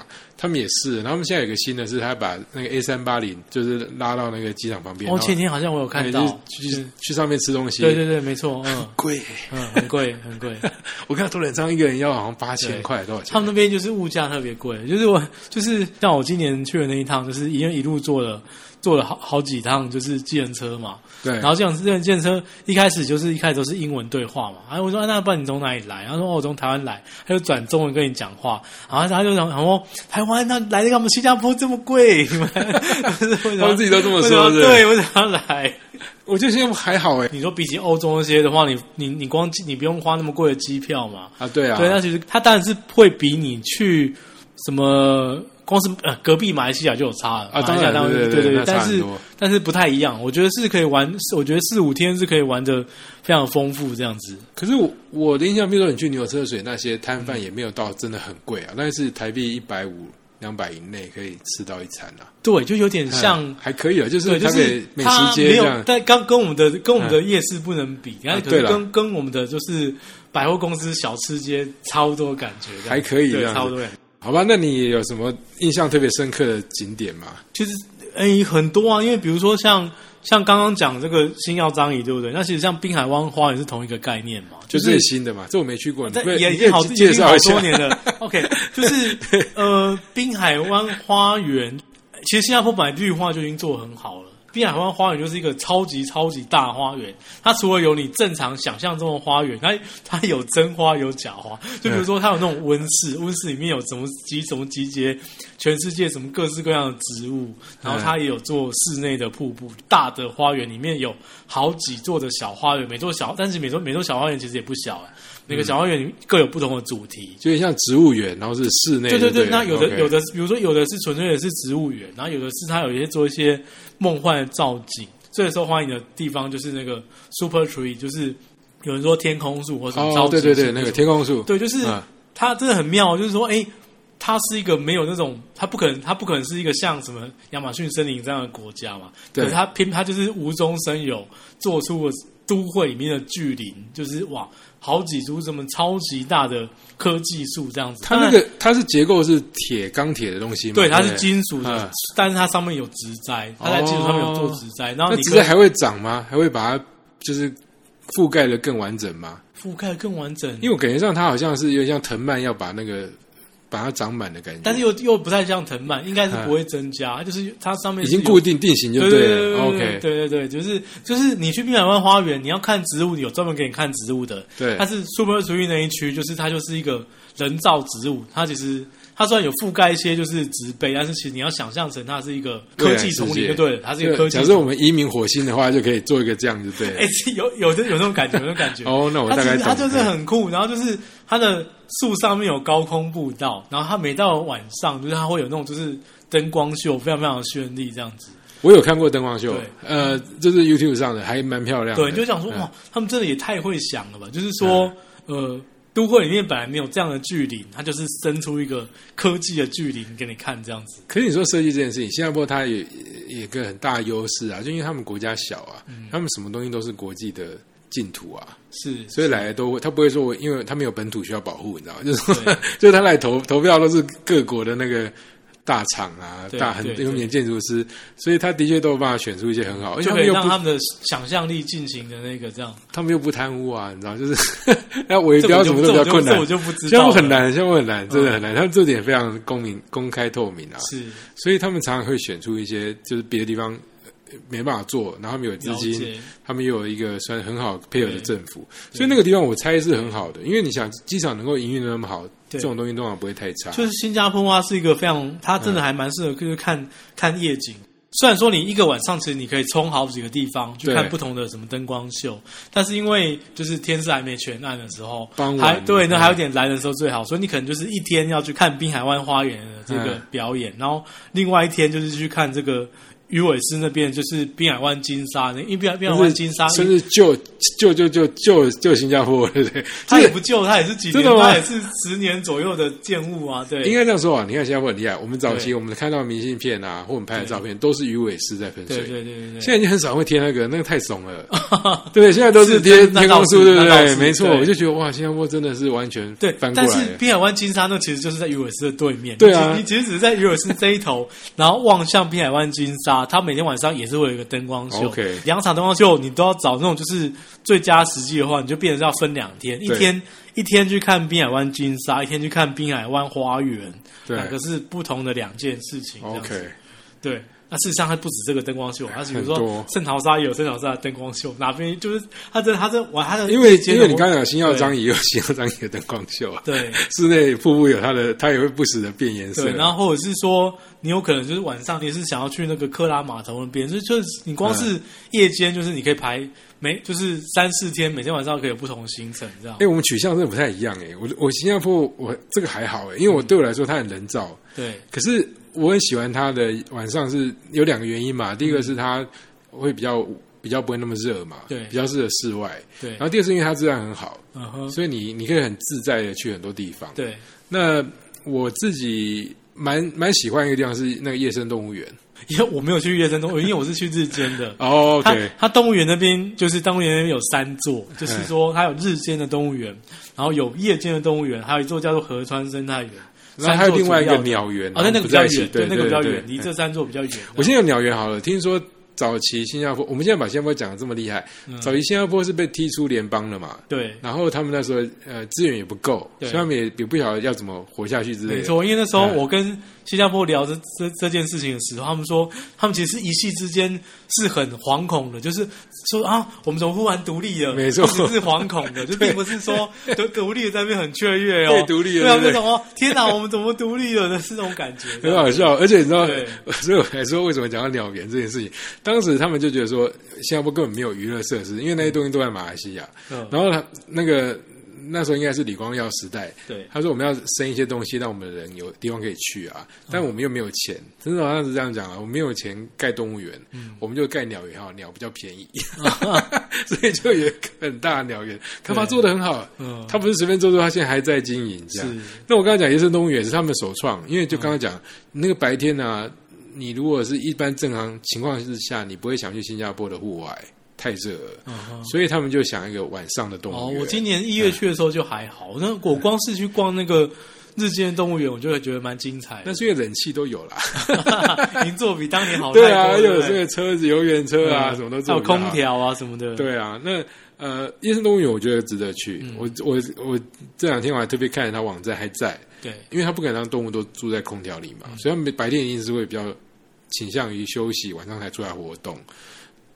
[SPEAKER 1] 他们也是，然后他们现在有一个新的是，他把那个 A 三八零就是拉到那个机场旁边，
[SPEAKER 2] 哦，
[SPEAKER 1] 然后
[SPEAKER 2] 前天好像我有看
[SPEAKER 1] 对
[SPEAKER 2] 到，
[SPEAKER 1] 就是去去上面吃东西，
[SPEAKER 2] 对对对，没错，嗯
[SPEAKER 1] 贵。
[SPEAKER 2] 嗯，很 贵很贵。
[SPEAKER 1] 我看到头等舱一个人要好像八千块多少钱？
[SPEAKER 2] 他们那边就是物价特别贵，就是我就是像我今年去的那一趟，就是一一路坐了坐了好好几趟，就是计程车嘛。
[SPEAKER 1] 对，
[SPEAKER 2] 然后这样这辆计程车一开始就是一开始都是英文对话嘛，然后我说、啊、那不然你从哪里来？然后说哦我从台湾来，他就转中文跟你讲话，然后他就讲然后台湾那来的干嘛？新加坡这么 贵，你们就是为什么
[SPEAKER 1] 他们自己都这么 说
[SPEAKER 2] 为什
[SPEAKER 1] 是不是
[SPEAKER 2] 对，为什么要来？
[SPEAKER 1] 我觉得现在还好哎、
[SPEAKER 2] 你说比起欧洲那些的话，你你你光你不用花那么贵的机票嘛，
[SPEAKER 1] 啊，对啊，
[SPEAKER 2] 对，那其实它当然是会比你去什么，光是呃隔壁马来西亚就有差了
[SPEAKER 1] 啊
[SPEAKER 2] 马来西亚
[SPEAKER 1] 当然
[SPEAKER 2] 当
[SPEAKER 1] 对对
[SPEAKER 2] 对
[SPEAKER 1] 对那差
[SPEAKER 2] 但
[SPEAKER 1] 很
[SPEAKER 2] 是
[SPEAKER 1] 多
[SPEAKER 2] 但是不太一样，我觉得是可以玩，我觉得四五天是可以玩的非常丰富这样子。
[SPEAKER 1] 可是我我的印象，比如说你去牛车水那些摊贩也没有到真的很贵啊，但是台币一百五两百以内可以吃到一餐啊，
[SPEAKER 2] 对，就有点像。
[SPEAKER 1] 嗯还可以啊，就是
[SPEAKER 2] 对，就
[SPEAKER 1] 台
[SPEAKER 2] 是
[SPEAKER 1] 北美
[SPEAKER 2] 它
[SPEAKER 1] 食街
[SPEAKER 2] 没
[SPEAKER 1] 这
[SPEAKER 2] 有，
[SPEAKER 1] 样，嗯啊
[SPEAKER 2] 但刚跟我们的跟我们的夜市不能比，然后可
[SPEAKER 1] 对
[SPEAKER 2] 是
[SPEAKER 1] 啦
[SPEAKER 2] 跟跟我们的就是百货公司小吃街差不多感觉这样子，
[SPEAKER 1] 还可以这
[SPEAKER 2] 对，
[SPEAKER 1] 样子
[SPEAKER 2] 差不多感觉。
[SPEAKER 1] 好吧？那你有什么印象特别深刻的景点吗？
[SPEAKER 2] 其实，诶、很多啊，因为比如说像像刚刚讲这个星耀张仪，对不对？那其实像滨海湾花园是同一个概念嘛，
[SPEAKER 1] 就
[SPEAKER 2] 就是
[SPEAKER 1] 最新的嘛，这我没去过，你
[SPEAKER 2] 在
[SPEAKER 1] 可以
[SPEAKER 2] 也
[SPEAKER 1] 你
[SPEAKER 2] 已
[SPEAKER 1] 可以
[SPEAKER 2] 经好
[SPEAKER 1] 介绍一
[SPEAKER 2] 已经
[SPEAKER 1] 下
[SPEAKER 2] 好多。年了。OK，就是呃，滨海湾花园，其实新加坡本来绿化就已经做得很好了。滨海湾花园就是一个超级超级大花园，它除了有你正常想象中的花园，它它有真花有假花。就比如说，它有那种温室，温室里面有什么几什么集结全世界什么各式各样的植物，然后它也有做室内的瀑布。大的花园里面有好几座的小花园，每座小，但是每座每座小花园其实也不小、哎每个小花园各有不同的主题。
[SPEAKER 1] 就有点像植物园，然后是室内的。
[SPEAKER 2] 对
[SPEAKER 1] 对啊
[SPEAKER 2] 对，那有的
[SPEAKER 1] OK
[SPEAKER 2] 有的，比如说有的是纯粹的是植物园，然后有的是它有一些做一些梦幻的造景。最受欢迎的地方就是那个 Super Tree，就是有人说天空树或者什么
[SPEAKER 1] 哦
[SPEAKER 2] 超，
[SPEAKER 1] 对
[SPEAKER 2] 级
[SPEAKER 1] 对
[SPEAKER 2] 树
[SPEAKER 1] 对，那个天空树，
[SPEAKER 2] 对，就是
[SPEAKER 1] 嗯
[SPEAKER 2] 它真的很妙，就是说，哎，它是一个没有那种，它不可能，它不可能是一个像什么亚马逊森林这样的国家嘛。
[SPEAKER 1] 对
[SPEAKER 2] 可是它偏它就是无中生有，做出了都会里面的巨林，就是哇，好几株这么超级大的科技树这样子。
[SPEAKER 1] 它那
[SPEAKER 2] 当然
[SPEAKER 1] 个它是结构是铁钢铁的东西嘛，
[SPEAKER 2] 对，它
[SPEAKER 1] 不
[SPEAKER 2] 是金属
[SPEAKER 1] 嗯哦
[SPEAKER 2] 的，但是它上面有植栽，它在金属上面有做植栽，然后
[SPEAKER 1] 那
[SPEAKER 2] 你
[SPEAKER 1] 植
[SPEAKER 2] 可以
[SPEAKER 1] 栽还会长吗？还会把它就是覆盖的更完整吗？
[SPEAKER 2] 覆盖更完整。
[SPEAKER 1] 因为我感觉上它好像是有点像藤蔓要把那个把它长满的感觉，
[SPEAKER 2] 但是又又不太像藤蔓，应该是不会增加，它就是它上面
[SPEAKER 1] 嗯已
[SPEAKER 2] 是
[SPEAKER 1] 经
[SPEAKER 2] 有
[SPEAKER 1] 固定定型就
[SPEAKER 2] 对
[SPEAKER 1] 了。
[SPEAKER 2] 对
[SPEAKER 1] OK，
[SPEAKER 2] 对对对，就是就是你去滨海湾花园，你要看植物，有专门给你看植物的。
[SPEAKER 1] 对
[SPEAKER 2] 但是 Super Tree 那一区，就是它就是一个人造植物，它其实它虽然有覆盖一些就是植被，但是其实你要想象成它是一个科技丛林，就对了，它是一个科技
[SPEAKER 1] 假
[SPEAKER 2] 丛
[SPEAKER 1] 设
[SPEAKER 2] 林。
[SPEAKER 1] 我们移民火星的话，就可以做一个这样就对了
[SPEAKER 2] 哎、。是有有的有那种感觉，有那种感觉。
[SPEAKER 1] 哦那我
[SPEAKER 2] 它
[SPEAKER 1] 大概
[SPEAKER 2] 其实它
[SPEAKER 1] 懂
[SPEAKER 2] 就是很酷，然后就是它的树上面有高空步道，然后它每到晚上，就是它会有那种就是灯光秀，非常非常的绚丽这样子。
[SPEAKER 1] 我有看过灯光秀
[SPEAKER 2] 对，
[SPEAKER 1] 呃，就是 YouTube 上的，还蛮漂亮的。
[SPEAKER 2] 对，你就想说
[SPEAKER 1] 嗯
[SPEAKER 2] 哇，他们真的也太会想了吧？就是说，呃，都会里面本来没有这样的距离，它就是生出一个科技的距离给你看，这样子。
[SPEAKER 1] 可是你说设计这件事情，新加坡它也也有个很大的优势啊，就因为他们国家小啊，
[SPEAKER 2] 嗯
[SPEAKER 1] 他们什么东西都是国际的净土啊，
[SPEAKER 2] 是，
[SPEAKER 1] 所以来的都会，他不会说我， 因为他们有本土需要保护，你知道吗？就是说
[SPEAKER 2] 对
[SPEAKER 1] 就是他来投投票都是各国的那个大厂啊，
[SPEAKER 2] 对
[SPEAKER 1] 大很
[SPEAKER 2] 对对
[SPEAKER 1] 有名的建筑师，所以他的确都有办法选出一些很好，而且他
[SPEAKER 2] 就可
[SPEAKER 1] 们
[SPEAKER 2] 以
[SPEAKER 1] 又
[SPEAKER 2] 让
[SPEAKER 1] 不
[SPEAKER 2] 他们的想象力进行的那个这样。
[SPEAKER 1] 他们又不贪污啊，你知道，就是 要围
[SPEAKER 2] 这
[SPEAKER 1] 标
[SPEAKER 2] 我
[SPEAKER 1] 什
[SPEAKER 2] 就
[SPEAKER 1] 么
[SPEAKER 2] 这
[SPEAKER 1] 都比较
[SPEAKER 2] 我
[SPEAKER 1] 困
[SPEAKER 2] 就这
[SPEAKER 1] 难
[SPEAKER 2] 我。就不知
[SPEAKER 1] 项
[SPEAKER 2] 道
[SPEAKER 1] 目
[SPEAKER 2] 了。嗯
[SPEAKER 1] 很难，项目很难，真的很难。他们这点非常公明、公开、透明啊，
[SPEAKER 2] 是
[SPEAKER 1] 所以他们常常会选出一些就是别的地方呃没办法做，然后他们有资
[SPEAKER 2] 了
[SPEAKER 1] 金，
[SPEAKER 2] 解，
[SPEAKER 1] 他们又有一个算很好配合的政府，
[SPEAKER 2] 对
[SPEAKER 1] 所以那个地方我猜是很好的，因为你想机场能够营运的那么好，这
[SPEAKER 2] 对
[SPEAKER 1] 种东西通常不会太差。
[SPEAKER 2] 就是新加坡啊，是一个非常，它真的还蛮适合，就是看、看夜景。虽然说你一个晚上，其实你可以冲好几个地方去
[SPEAKER 1] 对
[SPEAKER 2] 看不同的什么灯光秀，但是因为就是天色还没全暗的时候，
[SPEAKER 1] 傍晚
[SPEAKER 2] 还对，那
[SPEAKER 1] 嗯
[SPEAKER 2] 还有点蓝的时候最好，所以你可能就是一天要去看滨海湾花园的这个
[SPEAKER 1] 嗯
[SPEAKER 2] 表演，然后另外一天就是去看这个鱼尾狮那边，就是滨海湾金沙那，因为滨海滨海湾金沙
[SPEAKER 1] 甚至救救救救救救新加坡， 对不对？
[SPEAKER 2] 它
[SPEAKER 1] 这
[SPEAKER 2] 也
[SPEAKER 1] 个
[SPEAKER 2] 不旧，它也是几
[SPEAKER 1] 真
[SPEAKER 2] 年，
[SPEAKER 1] 的吗
[SPEAKER 2] 它也是十年左右的建物啊，对，
[SPEAKER 1] 应该这样说啊，你看新加坡很厉害，我们早期
[SPEAKER 2] 对
[SPEAKER 1] 我们看到明信片啊，或我们拍的照片都是鱼尾狮在喷
[SPEAKER 2] 对
[SPEAKER 1] 水，
[SPEAKER 2] 对对对对。
[SPEAKER 1] 现在已经很少会贴那个，那个太怂 了。对对，现在都是贴
[SPEAKER 2] 是那
[SPEAKER 1] 天空
[SPEAKER 2] 倒
[SPEAKER 1] 书，
[SPEAKER 2] 是
[SPEAKER 1] 对不
[SPEAKER 2] 那倒
[SPEAKER 1] 对？
[SPEAKER 2] 是
[SPEAKER 1] 没错，
[SPEAKER 2] 对
[SPEAKER 1] 我就觉得哇，新加坡真的是完全
[SPEAKER 2] 对，
[SPEAKER 1] 翻过
[SPEAKER 2] 但是
[SPEAKER 1] 来。
[SPEAKER 2] 滨海湾金沙那其实就是在鱼尾狮的对面。
[SPEAKER 1] 对啊
[SPEAKER 2] 你其你其实只是在鱼尾狮这一头，然后望向滨海湾金沙。它每天晚上也是会有一个灯光秀
[SPEAKER 1] OK
[SPEAKER 2] 两场灯光秀你都要找那种就是最佳时机的话，你就变成是要分两天，一
[SPEAKER 1] 对
[SPEAKER 2] 天一天去看滨海湾金沙，一天去看滨海湾花园，
[SPEAKER 1] 对
[SPEAKER 2] 两个是不同的两件事情。这样子
[SPEAKER 1] OK，
[SPEAKER 2] 对。那事实上，它不止这个灯光秀，啊它比如
[SPEAKER 1] 很
[SPEAKER 2] 说
[SPEAKER 1] 多
[SPEAKER 2] 圣淘沙也有圣淘沙的灯光秀，哪边就是它这它这玩它的
[SPEAKER 1] 因为
[SPEAKER 2] 夜间
[SPEAKER 1] 因为
[SPEAKER 2] 的
[SPEAKER 1] 你
[SPEAKER 2] 活
[SPEAKER 1] 刚才讲新耀章
[SPEAKER 2] 对
[SPEAKER 1] 也有新耀章也有灯光秀啊，
[SPEAKER 2] 对。
[SPEAKER 1] 室内瀑布有它的，它也会不时的变颜色
[SPEAKER 2] 对，。然后或者是说，你有可能就是晚上你是想要去那个克拉码头那边，就就是你光是夜间，就是你可以排每就是三四天，每天晚上可以有不同的行程，这样
[SPEAKER 1] 哎、。我们取向真的不太一样哎、我我新加坡我这个还好哎、因
[SPEAKER 2] 嗯
[SPEAKER 1] 为我对我来说它很人造，
[SPEAKER 2] 对，
[SPEAKER 1] 可是我很喜欢它的晚上是有两个原因嘛，第
[SPEAKER 2] 嗯
[SPEAKER 1] 一个是它会比较比较不会那么热嘛，
[SPEAKER 2] 对
[SPEAKER 1] 比较适合室外，
[SPEAKER 2] 对
[SPEAKER 1] 然，后第二是因为它质量很好，
[SPEAKER 2] 嗯哼，
[SPEAKER 1] 所以你你可以很自在的去很多地方。
[SPEAKER 2] 对，
[SPEAKER 1] 那我自己蛮蛮喜欢一个地方是那个夜生动物园。。
[SPEAKER 2] 因为我没有去夜生动物，因为我是去日间的
[SPEAKER 1] 哦
[SPEAKER 2] 它
[SPEAKER 1] ，OK，嗯
[SPEAKER 2] 它动物园那边就是动物园那边有三座，就是说它有日间的动物园，然后有夜间的动物园，还有一座叫做河川生态园。
[SPEAKER 1] 然后还有
[SPEAKER 2] 三座
[SPEAKER 1] 另外一
[SPEAKER 2] 主
[SPEAKER 1] 个
[SPEAKER 2] 要的
[SPEAKER 1] 鸟园，啊
[SPEAKER 2] 哦，那那个
[SPEAKER 1] 不
[SPEAKER 2] 比较
[SPEAKER 1] 在一起
[SPEAKER 2] 远，
[SPEAKER 1] 对，
[SPEAKER 2] 那个比较远，
[SPEAKER 1] 对
[SPEAKER 2] 离
[SPEAKER 1] 对
[SPEAKER 2] 这三座比较远。
[SPEAKER 1] 我先有鸟园好了，听说早期新加坡，我们现在把新加坡讲的这么厉害，早期新加坡是被踢出联邦了嘛？
[SPEAKER 2] 嗯对，
[SPEAKER 1] 然后他们那时候呃资源也不够，所
[SPEAKER 2] 对
[SPEAKER 1] 以他们也也不晓得要怎么活下去之类
[SPEAKER 2] 没
[SPEAKER 1] 的。
[SPEAKER 2] 错，因为那时候
[SPEAKER 1] 嗯
[SPEAKER 2] 我跟新加坡聊这这这件事情的时候，他们说他们其实一夕之间是很惶恐的，就是说啊，我们怎么忽然独立了？
[SPEAKER 1] 没错
[SPEAKER 2] 其实是惶恐 的，就并不是说独独立在那边很雀跃哦
[SPEAKER 1] 对，独立了
[SPEAKER 2] 对啊，
[SPEAKER 1] 对
[SPEAKER 2] 那
[SPEAKER 1] 不对
[SPEAKER 2] 种哦，天哪，我们怎么独立了的是这种感 觉，
[SPEAKER 1] 很好笑，而且你知道
[SPEAKER 2] 对，
[SPEAKER 1] 所以我才说为什么讲到鸟园这件事情。当时他们就觉得说，新加坡根本没有娱乐设施，因为那些东西都在马来西亚。
[SPEAKER 2] 嗯
[SPEAKER 1] 然后他那个那时候应该是李光耀时代，
[SPEAKER 2] 对
[SPEAKER 1] 他说我们要生一些东西，让我们的人有地方可以去啊，
[SPEAKER 2] 嗯
[SPEAKER 1] 但我们又没有钱，真的好像是这样讲啊，我们没有钱盖动物园，我们就盖鸟园哈，鸟比较便宜，
[SPEAKER 2] 啊
[SPEAKER 1] 所以就有一个很大的鸟园，开发
[SPEAKER 2] 对
[SPEAKER 1] 做的很好，
[SPEAKER 2] 嗯
[SPEAKER 1] 他不是随便做做，他现在还在经营这样
[SPEAKER 2] 是。嗯
[SPEAKER 1] 那我刚才讲野生动物园是他们首创，因为就刚刚讲、那个白天呢、啊，你如果是一般正常情况之下，你不会想去新加坡的户外，太热了，
[SPEAKER 2] 嗯哼
[SPEAKER 1] 所以他们就想一个晚上的动
[SPEAKER 2] 哦
[SPEAKER 1] 物，园。
[SPEAKER 2] 我今年一月去的时候就还好，那我光是去逛那个日间动物园，我就会觉得蛮精彩的
[SPEAKER 1] 那，是因为冷气都有啦，
[SPEAKER 2] 银座比当年好太多
[SPEAKER 1] 对
[SPEAKER 2] 了，
[SPEAKER 1] 啊，有
[SPEAKER 2] 对不
[SPEAKER 1] 这
[SPEAKER 2] 对
[SPEAKER 1] 个车子、游园车啊，什么都
[SPEAKER 2] 还
[SPEAKER 1] 做
[SPEAKER 2] 有
[SPEAKER 1] 得到
[SPEAKER 2] 空。调啊什么的，
[SPEAKER 1] 对啊，那呃，夜生动物园我觉得值得去。
[SPEAKER 2] 嗯
[SPEAKER 1] 我我我这两天我还特别看了它网站还在，
[SPEAKER 2] 对。
[SPEAKER 1] 因为它不敢让动物都住在空调里
[SPEAKER 2] 嗯
[SPEAKER 1] 嘛，所以他们白天一定是会比较倾向于休息，晚上才出来活动，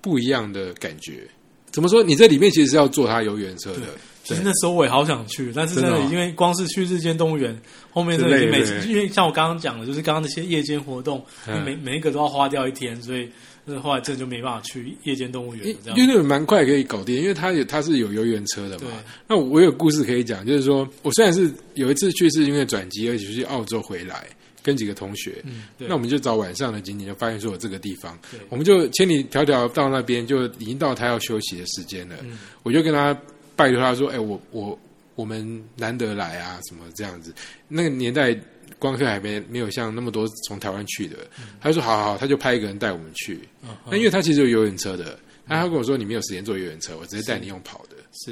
[SPEAKER 1] 不一样的感觉。怎么说？你在里面其实是要坐它游园车的，
[SPEAKER 2] 其实那时候我也好想去，但是真
[SPEAKER 1] 真
[SPEAKER 2] 的
[SPEAKER 1] 的哦
[SPEAKER 2] 因为光是去日间动物园，后面真的
[SPEAKER 1] 是
[SPEAKER 2] 已经
[SPEAKER 1] 累
[SPEAKER 2] 每
[SPEAKER 1] 对不
[SPEAKER 2] 因为像我刚刚讲的，就是刚刚那些夜间活动，
[SPEAKER 1] 嗯
[SPEAKER 2] 你每每一个都要花掉一天，所以那后来真的就没办法去夜间动物园
[SPEAKER 1] 因
[SPEAKER 2] 了这
[SPEAKER 1] 因
[SPEAKER 2] 样。
[SPEAKER 1] 为蛮快可以搞定，因为它有它是有游园车的嘛
[SPEAKER 2] 对。
[SPEAKER 1] 那我有故事可以讲，就是说我虽然是有一次去是因为转机，而且去澳洲回来，跟几个同学，
[SPEAKER 2] 嗯，对
[SPEAKER 1] 那我们就找晚上的景点，就发现说有这个地方
[SPEAKER 2] 对，
[SPEAKER 1] 我们就千里迢迢到那边，就已经到他要休息的时间了。
[SPEAKER 2] 嗯
[SPEAKER 1] 我就跟他拜托他说：“哎、我我我们难得来啊，什么这样子。”那个年代光客还没没有像那么多从台湾去的，他就说：“好好好。”他就派一个人带我们去。
[SPEAKER 2] 嗯
[SPEAKER 1] 那因为他其实有游泳车的，那他跟我说你没有时间坐游园车，我直接带你用跑的。
[SPEAKER 2] 嗯是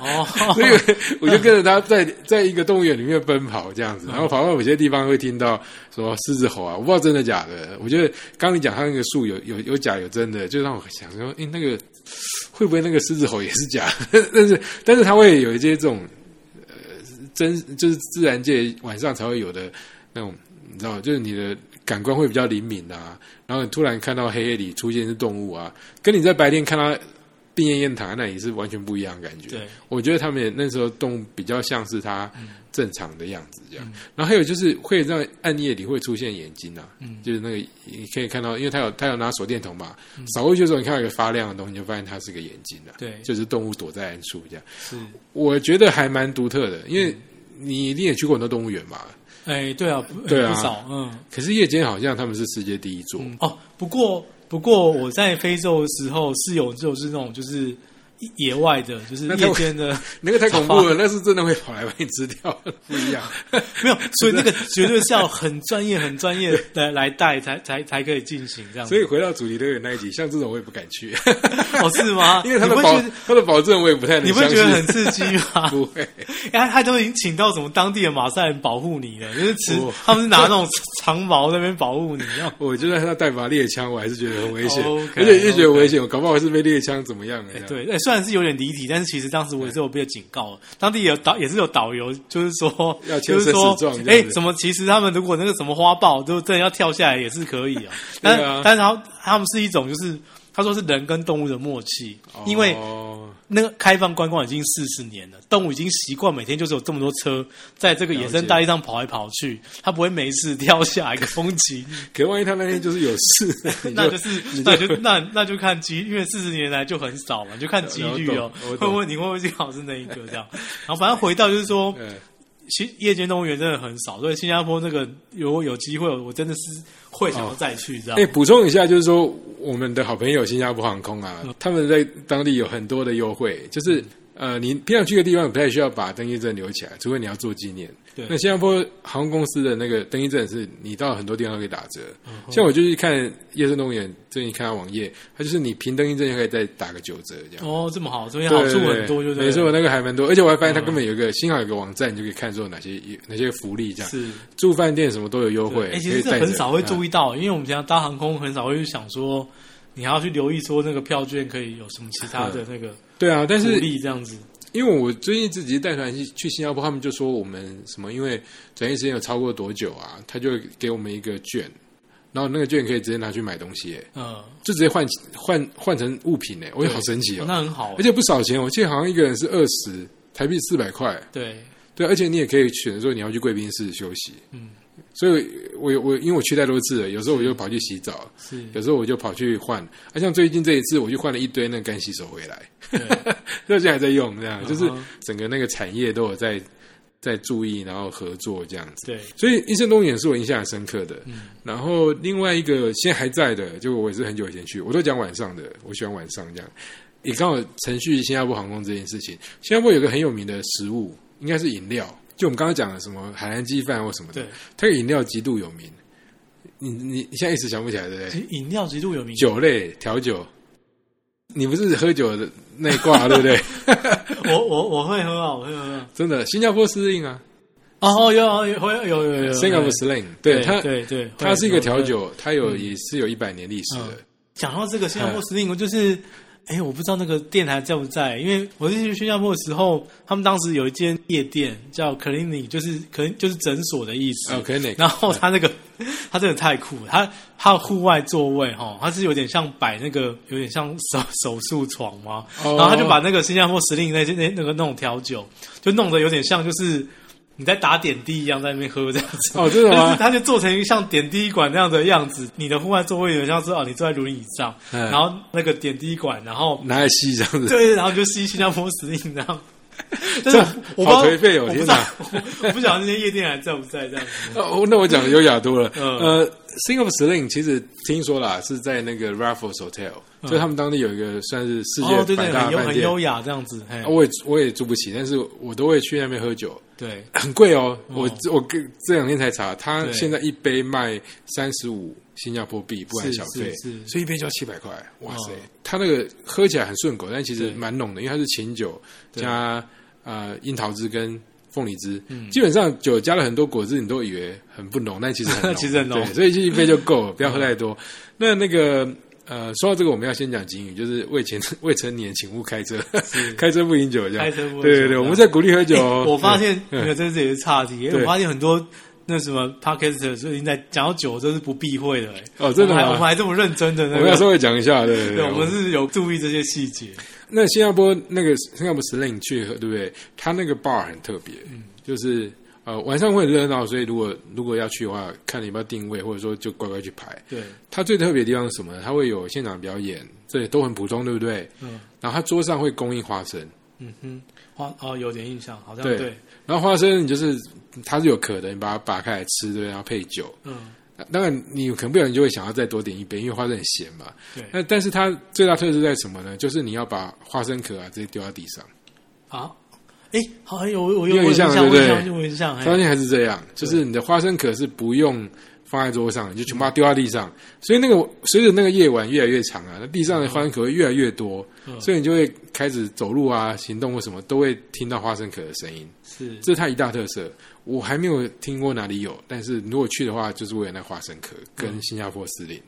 [SPEAKER 2] 哦，
[SPEAKER 1] 所以我就跟着他在在一个动物园里面奔跑这样子，然后跑到某些地方会听到说狮子吼啊，我不知道真的假的。我觉得刚你讲他那个树有有有假有真的，就让我想说，诶，那个会不会那个狮子吼也是假的？ 但是但是他会有一些这种呃真就是自然界晚上才会有的那种，你知道吗，就是你的感官会比较灵敏啊，然后你突然看到黑夜里出现是动物啊，跟你在白天看到。病恹恹躺在那里是完全不一样的感觉。
[SPEAKER 2] 对，
[SPEAKER 1] 我觉得他们也那时候动物比较像是它
[SPEAKER 2] 嗯
[SPEAKER 1] 正常的样子这样。然后还有就是会让暗夜里会出现眼睛啊，
[SPEAKER 2] 嗯
[SPEAKER 1] 就是那个你可以看到，因为它有它有拿手电筒嘛，扫过去的时候你看到一个发亮的东西，你就发现它是个眼睛啊。
[SPEAKER 2] 嗯对
[SPEAKER 1] 就是动物躲在暗处这样。
[SPEAKER 2] 是
[SPEAKER 1] 我觉得还蛮独特的，因
[SPEAKER 2] 嗯
[SPEAKER 1] 为你一定也去过很多动物园嘛，
[SPEAKER 2] 哎，对啊，不
[SPEAKER 1] 对啊
[SPEAKER 2] 不少，嗯
[SPEAKER 1] 可是夜间好像他们是世界第一座。
[SPEAKER 2] 嗯哦，不过不过我在非洲的时候是有就是那种就是野外的，就是
[SPEAKER 1] 那他
[SPEAKER 2] 夜间的，
[SPEAKER 1] 那个太恐怖 了，那是真的会跑来把你吃掉，不一样。
[SPEAKER 2] 没有，所以那个绝对是要很专业、很专业来来带才才才可以进行这样子。
[SPEAKER 1] 所以回到主题乐园那一集，像这种我也不敢 去。
[SPEAKER 2] 哦，是吗？
[SPEAKER 1] 因为他的
[SPEAKER 2] 你会
[SPEAKER 1] 保
[SPEAKER 2] 觉得
[SPEAKER 1] 他的保证我也不太能
[SPEAKER 2] 你会
[SPEAKER 1] 相
[SPEAKER 2] 觉
[SPEAKER 1] 信，
[SPEAKER 2] 得很刺激吗？
[SPEAKER 1] 不会。
[SPEAKER 2] 哎、他他都已经请到什么当地的马赛人保护你了，就是持
[SPEAKER 1] 不
[SPEAKER 2] 他们是拿那种长毛在那边 保护你，哦然后
[SPEAKER 1] 我就算他带把猎枪，我还是觉得很危险
[SPEAKER 2] OK，
[SPEAKER 1] 而且越觉得危险，我搞不好是被猎枪怎么样的、
[SPEAKER 2] 对，哎、虽然是有点离题，但是其实当时我也是有被警告，当地有导也是有导游，就是说，
[SPEAKER 1] 要
[SPEAKER 2] 就
[SPEAKER 1] 签
[SPEAKER 2] 是
[SPEAKER 1] 生
[SPEAKER 2] 说
[SPEAKER 1] 死状，这
[SPEAKER 2] 哎、
[SPEAKER 1] 样子
[SPEAKER 2] 什么？其实他们如果那个什么花豹，就真的要跳下来也是可以啊。但、
[SPEAKER 1] 对啊
[SPEAKER 2] 但是他他们是一种就是。他说是人跟动物的默契，因为
[SPEAKER 1] 哦
[SPEAKER 2] 那个开放观光已经四十年了，动物已经习惯每天就是有这么多车在这个野生大地上跑来跑去，它不会没事掉下来攻击你，
[SPEAKER 1] 可万一他那天就是有 事，你
[SPEAKER 2] 那
[SPEAKER 1] 就
[SPEAKER 2] 就是
[SPEAKER 1] 你
[SPEAKER 2] 那就那那就看机，因为四十年来就很少嘛，就看几率哦
[SPEAKER 1] 我懂我，
[SPEAKER 2] 会
[SPEAKER 1] 懂
[SPEAKER 2] 不会你会不会去考是那一个这样？然后反正回到就是说，
[SPEAKER 1] 呃
[SPEAKER 2] 其实夜间动物园真的很少，所以新加坡那个如果有机会，我真的是会想要再去这样
[SPEAKER 1] 哎，。补充一下，就是说我们的好朋友新加坡航空啊，
[SPEAKER 2] 嗯
[SPEAKER 1] 他们在当地有很多的优惠，就是呃，你平常去的地方不太需要把登记证留起来，除非你要做纪念。
[SPEAKER 2] 对
[SPEAKER 1] 那新加坡航空公司的那个登记证是你到很多地方都可以打折，
[SPEAKER 2] 嗯
[SPEAKER 1] 像我就去看夜生动物园，最近看它网页，它就是你凭登记证就可以再打个九折这样。
[SPEAKER 2] 哦，这么好，所以
[SPEAKER 1] 对
[SPEAKER 2] 好处很多，就
[SPEAKER 1] 没
[SPEAKER 2] 对
[SPEAKER 1] 错，
[SPEAKER 2] 了。
[SPEAKER 1] 那个还蛮多，而且我还发现它根本有一个，幸好有个网站，你就可以看说哪些哪些福利这样，
[SPEAKER 2] 是。
[SPEAKER 1] 住饭店什么都有优惠
[SPEAKER 2] 哎、，其
[SPEAKER 1] 可
[SPEAKER 2] 实
[SPEAKER 1] 以
[SPEAKER 2] 这
[SPEAKER 1] 带着
[SPEAKER 2] 很少会
[SPEAKER 1] 啊
[SPEAKER 2] 注意到，因为我们平常搭航空很少会去想说，你还要去留意说那个票券可以有什么其他的那个
[SPEAKER 1] 对啊，但
[SPEAKER 2] 福
[SPEAKER 1] 是
[SPEAKER 2] 利这样子。
[SPEAKER 1] 因为我最近自己带团去去新加坡，他们就说我们什么，因为转业时间有超过多久啊，他就会给我们一个券，然后那个券可以直接拿去买东西，
[SPEAKER 2] 嗯，
[SPEAKER 1] 就直接换换换成物品呢，我觉得好神奇哦，
[SPEAKER 2] 那很好、啊
[SPEAKER 1] 而且不少钱，我记得好像一个人是二十台币四百块，
[SPEAKER 2] 对，
[SPEAKER 1] 对，而且你也可以选择说你要去贵宾室休息，嗯，所以我我因为我去太多次了，有时候我就跑去洗澡，
[SPEAKER 2] 是
[SPEAKER 1] 有时候我就跑去换，啊，像最近这一次我就换了一堆那个干洗手回来，
[SPEAKER 2] 对
[SPEAKER 1] 到现在还在用，这样
[SPEAKER 2] 嗯哼
[SPEAKER 1] 就是整个那个产业都有在在注意，然后合作这样子。
[SPEAKER 2] 对，
[SPEAKER 1] 所以医生公园是我印象很深刻的。
[SPEAKER 2] 嗯
[SPEAKER 1] 然后另外一个现在还在的，就我也是很久以前去，我都讲晚上的，我喜欢晚上这样。也刚好程序新加坡航空这件事情，新加坡有个很有名的食物，应该是饮料，就我们刚刚讲的什么海南鸡饭或什么的
[SPEAKER 2] 对，
[SPEAKER 1] 它的饮料极度有名。你你你现在一时想不起来，对不对？
[SPEAKER 2] 其实饮料极度有名，
[SPEAKER 1] 酒类调酒，你不是喝酒的那一挂对不 对？
[SPEAKER 2] 我我我会喝啊，我会喝啊。
[SPEAKER 1] 真的，新加坡司令啊
[SPEAKER 2] 哦，哦有有会有有有有，
[SPEAKER 1] 新加坡司令，对它，
[SPEAKER 2] 对对，嗯
[SPEAKER 1] 它是一个调
[SPEAKER 2] 会。
[SPEAKER 1] 酒，它有也是有一百年历史的
[SPEAKER 2] 嗯。讲到这个新加坡司令，我就是，哎、我不知道那个店还在不在，因为我是去新加坡的时候，他们当时有一间夜店叫 clinic，就是可能就是诊所的意思。
[SPEAKER 1] 哦，clinic
[SPEAKER 2] 然后他那个， 他真的太酷了，他他户外座位哈，他是有点像摆那个，有点像手手术床嘛。
[SPEAKER 1] 哦
[SPEAKER 2] 然后他就把那个新加坡司令那些那那个那种调酒，就弄得有点像就是。你在打点滴一样在那边喝这样子
[SPEAKER 1] 哦真的吗
[SPEAKER 2] 就是它就做成一个像点滴管那样的样子。你的户外座位有点像是哦，你坐在轮椅上，
[SPEAKER 1] 嗯
[SPEAKER 2] 然后那个点滴管，然 后
[SPEAKER 1] 拿来吸这样子，
[SPEAKER 2] 对，然后就吸新加坡司令这样。但
[SPEAKER 1] 这
[SPEAKER 2] 是我不知道
[SPEAKER 1] 好颓废哦
[SPEAKER 2] 我不
[SPEAKER 1] 天
[SPEAKER 2] 知道
[SPEAKER 1] 哪，
[SPEAKER 2] 我我不晓得那些夜店还在不在这样子。
[SPEAKER 1] 哦，那我讲的优雅多了。
[SPEAKER 2] 嗯
[SPEAKER 1] 呃， Sing of Sling 其实听说啦，是在那个 Raffles Hotel，、
[SPEAKER 2] 嗯
[SPEAKER 1] 就是他们当地有一个算是世
[SPEAKER 2] 哦，
[SPEAKER 1] 界
[SPEAKER 2] 对
[SPEAKER 1] 百
[SPEAKER 2] 对，
[SPEAKER 1] 大
[SPEAKER 2] 很优
[SPEAKER 1] 饭
[SPEAKER 2] 很
[SPEAKER 1] 店。
[SPEAKER 2] 优雅这样子，嘿
[SPEAKER 1] 啊，我也我也住不起，但是我都会去那边喝酒，
[SPEAKER 2] 对，
[SPEAKER 1] 很贵哦。我
[SPEAKER 2] 哦
[SPEAKER 1] 我跟这两天才查，他
[SPEAKER 2] 对
[SPEAKER 1] 现在一杯卖三十五新加坡币，不含
[SPEAKER 2] 是
[SPEAKER 1] 小费，
[SPEAKER 2] 是是
[SPEAKER 1] 所以一杯就要七百块。哇塞
[SPEAKER 2] 哦，
[SPEAKER 1] 他那个喝起来很顺口，但其实
[SPEAKER 2] 对
[SPEAKER 1] 蛮浓的，因为它是琴酒
[SPEAKER 2] 对
[SPEAKER 1] 加呃樱桃汁跟凤梨汁，
[SPEAKER 2] 嗯
[SPEAKER 1] 基本上酒加了很多果汁，你都以为很不浓，但其实很浓，
[SPEAKER 2] 其实很浓嗯
[SPEAKER 1] 对所以就一杯就够 了，不要喝太多。那那个呃，说到这个，我们要先讲警语，就是未 成未成年请勿开车， 开车不饮酒，这样。
[SPEAKER 2] 开车不喝酒
[SPEAKER 1] 对对对，我们在鼓励喝酒哦、
[SPEAKER 2] 欸我发现，
[SPEAKER 1] 嗯
[SPEAKER 2] 没有，这是也是差题，因为
[SPEAKER 1] 对
[SPEAKER 2] 我发现很多那什么 podcaster 就已经在讲到酒，这是不避讳的、欸。
[SPEAKER 1] 哦真的
[SPEAKER 2] 我们还
[SPEAKER 1] 吗
[SPEAKER 2] 我们还这么认真的
[SPEAKER 1] 我
[SPEAKER 2] 那
[SPEAKER 1] 们要稍
[SPEAKER 2] 个。
[SPEAKER 1] 微讲一下，对对
[SPEAKER 2] 对，我们是有注意这些细节，
[SPEAKER 1] 那新加坡那个新加坡 Sling 去喝，对不对？它那个 bar 很特别，
[SPEAKER 2] 嗯
[SPEAKER 1] 就是呃晚上会很热闹，所以如果如果要去的话，看你要不要定位，或者说就乖乖去排。
[SPEAKER 2] 对，
[SPEAKER 1] 它最特别的地方是什么呢？它会有现场表演，这都很普通，对不对？
[SPEAKER 2] 嗯
[SPEAKER 1] 然后它桌上会供应花生，
[SPEAKER 2] 嗯哼，花哦有点印象，好像
[SPEAKER 1] 对
[SPEAKER 2] 对，
[SPEAKER 1] 然后花生你就是它是有壳的，你把它拔开来吃，对不对，然后配酒。
[SPEAKER 2] 嗯
[SPEAKER 1] 当然，你可能不然就会想要再多点一杯，因为花生很咸嘛。
[SPEAKER 2] 对
[SPEAKER 1] 那但是它最大特色在什么呢？就是你要把花生壳啊直接丢到地上。
[SPEAKER 2] 啊，哎、好像有我我
[SPEAKER 1] 有
[SPEAKER 2] 有
[SPEAKER 1] 印象
[SPEAKER 2] 我有
[SPEAKER 1] 对不
[SPEAKER 2] 印
[SPEAKER 1] 对
[SPEAKER 2] 象，我有印象，
[SPEAKER 1] 到
[SPEAKER 2] 哎，
[SPEAKER 1] 现在还是这样，就是你的花生壳是不用放在桌上，你就全部把它丢到地上。所以那个随着那个夜晚越来越长啊，那地上的花生壳会越来越多，
[SPEAKER 2] 嗯
[SPEAKER 1] 所以你就会开始走路啊、行动或什么都会听到花生壳的声音，
[SPEAKER 2] 是
[SPEAKER 1] 这是它一大特色。我还没有听过哪里有，但是如果去的话，就是为了那花生壳
[SPEAKER 2] 嗯
[SPEAKER 1] 跟新加坡司令。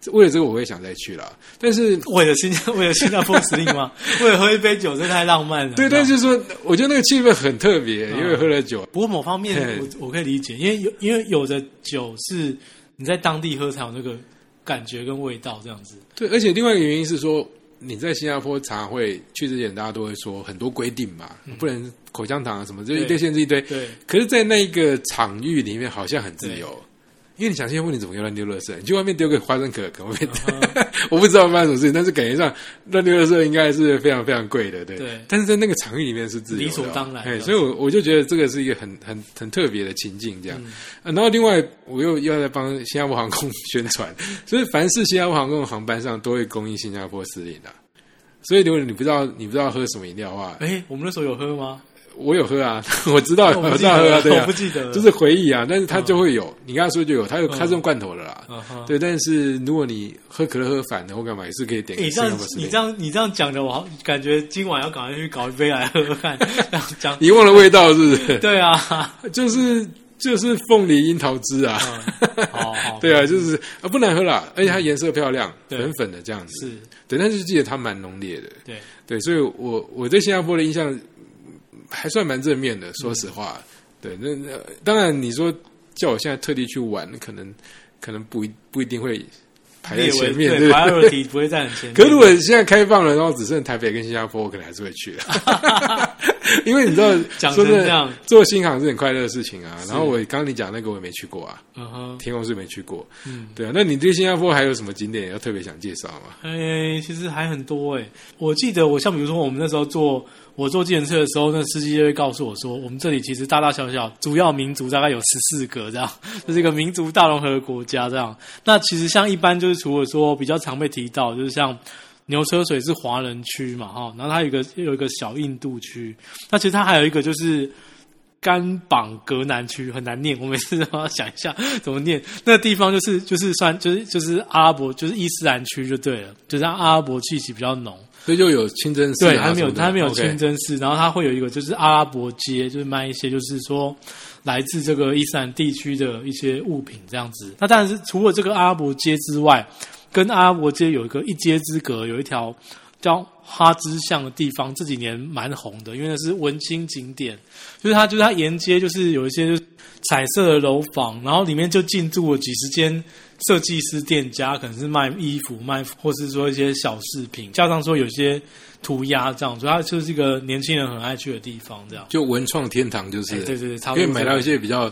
[SPEAKER 1] 这为了这个，我会想再去啦。但是
[SPEAKER 2] 为了新加为了新加坡司令 吗？为了喝一杯酒，这太浪漫了。
[SPEAKER 1] 对，但
[SPEAKER 2] 是。
[SPEAKER 1] 是说，我觉得那个气氛很特别，因为
[SPEAKER 2] 嗯
[SPEAKER 1] 喝了酒，
[SPEAKER 2] 不过某方面
[SPEAKER 1] 嘿
[SPEAKER 2] 我我可以理解，因为有因为有的酒是你在当地喝才有那个感觉跟味道这样子。
[SPEAKER 1] 对，而且另外一个原因是说，你在新加坡茶会去之前，大家都会说很多规定嘛，不能口香糖啊什么，就一堆
[SPEAKER 2] 对
[SPEAKER 1] 限制一堆。
[SPEAKER 2] 对，
[SPEAKER 1] 可是，在那个场域里面，好像很自由。因为你想新加坡，你怎么可以乱丢垃圾？你去外面丢个花生壳，可能会被、
[SPEAKER 2] 啊
[SPEAKER 1] 我不知道发生什么事情，但是感觉上乱丢垃圾应该是非常非常贵的，对。
[SPEAKER 2] 对
[SPEAKER 1] 但是在那个场域里面是自由的哦，
[SPEAKER 2] 理所当然
[SPEAKER 1] 哎，
[SPEAKER 2] 的
[SPEAKER 1] 所以我我就觉得这个是一个很很很特别的情境，这样、
[SPEAKER 2] 嗯
[SPEAKER 1] 啊然后另外，我又又要在帮新加坡航空宣 传，所以凡是新加坡航空的航班上都会供应新加坡司令的、所以如果你不知道你不知道喝什么饮料的话，
[SPEAKER 2] 哎，我们那时候有喝吗？
[SPEAKER 1] 我有喝啊， 我知道，
[SPEAKER 2] 我不
[SPEAKER 1] 我
[SPEAKER 2] 记
[SPEAKER 1] 知道喝啊，
[SPEAKER 2] 得
[SPEAKER 1] 对
[SPEAKER 2] 了，我
[SPEAKER 1] 啊
[SPEAKER 2] 不，记得了，
[SPEAKER 1] 就是回忆啊，但是它就会有，你刚刚说就有，它有它是用罐头的啦，
[SPEAKER 2] 嗯哼。
[SPEAKER 1] 对。但是如果你喝可乐喝反了或干嘛，也是可以点
[SPEAKER 2] 哎
[SPEAKER 1] 个
[SPEAKER 2] 你这
[SPEAKER 1] 新加
[SPEAKER 2] 样
[SPEAKER 1] 坡司
[SPEAKER 2] 你
[SPEAKER 1] 令
[SPEAKER 2] 这。样你这样讲的，我好感觉今晚要赶快去搞一杯来喝喝 看。这样讲，
[SPEAKER 1] 你忘了味道是不是？
[SPEAKER 2] 对嗯啊，
[SPEAKER 1] 就是就是凤梨樱桃汁啊，
[SPEAKER 2] 好 好
[SPEAKER 1] 对啊，就是啊不难喝啦，而且它颜色漂亮，
[SPEAKER 2] 嗯对
[SPEAKER 1] 粉粉的这样子。
[SPEAKER 2] 是，
[SPEAKER 1] 对，但是记得它蛮浓烈的，
[SPEAKER 2] 对，
[SPEAKER 1] 对，所以我我对新加坡的印象嗯还算蛮正面的，说实话。
[SPEAKER 2] 嗯
[SPEAKER 1] 对，那那当然你说叫我现在特地去玩，可能可能不一不一定会排在
[SPEAKER 2] 列为
[SPEAKER 1] 前面，
[SPEAKER 2] 对
[SPEAKER 1] 对不对。
[SPEAKER 2] priority 不会在很前面。
[SPEAKER 1] 可是如果现在开放了，然后只剩台北跟新加坡，我可能还是会去的， 因为你知道，
[SPEAKER 2] 讲
[SPEAKER 1] 说
[SPEAKER 2] 成
[SPEAKER 1] 真的
[SPEAKER 2] 这样，
[SPEAKER 1] 做新航是很快乐的事情啊。然后我刚刚你讲那个我也没去过啊，
[SPEAKER 2] 嗯哼，
[SPEAKER 1] 天空是没去过，
[SPEAKER 2] 嗯，
[SPEAKER 1] 对啊。那你对新加坡还有什么景点要特别想介绍吗？
[SPEAKER 2] 哎、其实还很多哎、我记得我像比如说我们那时候坐我坐计程车的时候，那司机就会告诉我说，我们这里其实大大小小主要民族大概有十四个这样， 就是一个民族大融合的国家这样。那其实像一般就是除了说比较常被提到，就是像。牛车水是华人区嘛，哈，然后它有一个有一个小印度区，那其实它还有一个就是甘榜格南区很难念，我每次都要想一下怎么念。那个地方就是就是算就是就是阿拉伯就是伊斯兰区就对了，就是阿拉伯气息比较浓。
[SPEAKER 1] 所以就有清真寺啊
[SPEAKER 2] 对，它没有
[SPEAKER 1] 什么的
[SPEAKER 2] 它没有
[SPEAKER 1] OK
[SPEAKER 2] 清真寺，然后它会有一个就是阿拉伯街，就是卖一些就是说来自这个伊斯兰地区的一些物品这样子。那当然是除了这个阿拉伯街之外，跟阿拉伯街有一个一街之隔，有一条叫哈芝巷的地方，这几年蛮红的，因为那是文青景点。就是它就是它沿街就是有一些就是彩色的楼房，然后里面就进驻了几十间设计师店家，可能是卖衣服、卖或是说一些小饰品，加上说有些涂鸦这样，所以它就是一个年轻人很爱去的地方。这样，
[SPEAKER 1] 就文创天堂，就是、
[SPEAKER 2] 哎对对对，差不
[SPEAKER 1] 因为
[SPEAKER 2] 多这个
[SPEAKER 1] 买到一些比较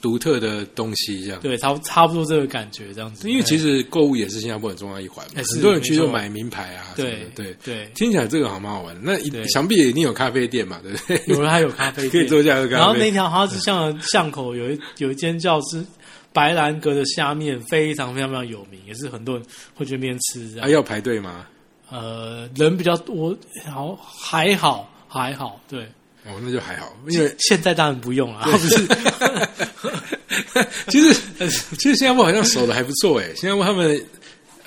[SPEAKER 1] 独特的东西，这样。
[SPEAKER 2] 对差不差不多这个感觉这样子，
[SPEAKER 1] 因为其
[SPEAKER 2] 实
[SPEAKER 1] 实购物也是新加坡很重要一环嘛，
[SPEAKER 2] 哎是
[SPEAKER 1] 很多人去就
[SPEAKER 2] 没错
[SPEAKER 1] 买名牌啊什么
[SPEAKER 2] 哎对
[SPEAKER 1] 的，对。
[SPEAKER 2] 对，
[SPEAKER 1] 听起来这个好蛮好玩的，那一
[SPEAKER 2] 对
[SPEAKER 1] 想必也一定有咖啡店嘛，对不对？
[SPEAKER 2] 有人还有咖啡店，
[SPEAKER 1] 可以坐下喝
[SPEAKER 2] 然
[SPEAKER 1] 咖
[SPEAKER 2] 后那
[SPEAKER 1] 啡。
[SPEAKER 2] 条哈士巷的巷口有一有一间叫是白兰阁的虾面非常非常非常有名，也是很多人会去那边吃这样
[SPEAKER 1] 啊，要排队吗？
[SPEAKER 2] 呃，人比较多，好还好还好，对，
[SPEAKER 1] 哦，那就还好，因 为
[SPEAKER 2] 现在当然不用了，不 是
[SPEAKER 1] 其实其实新加坡好像守的还不错哎诶，新加坡他们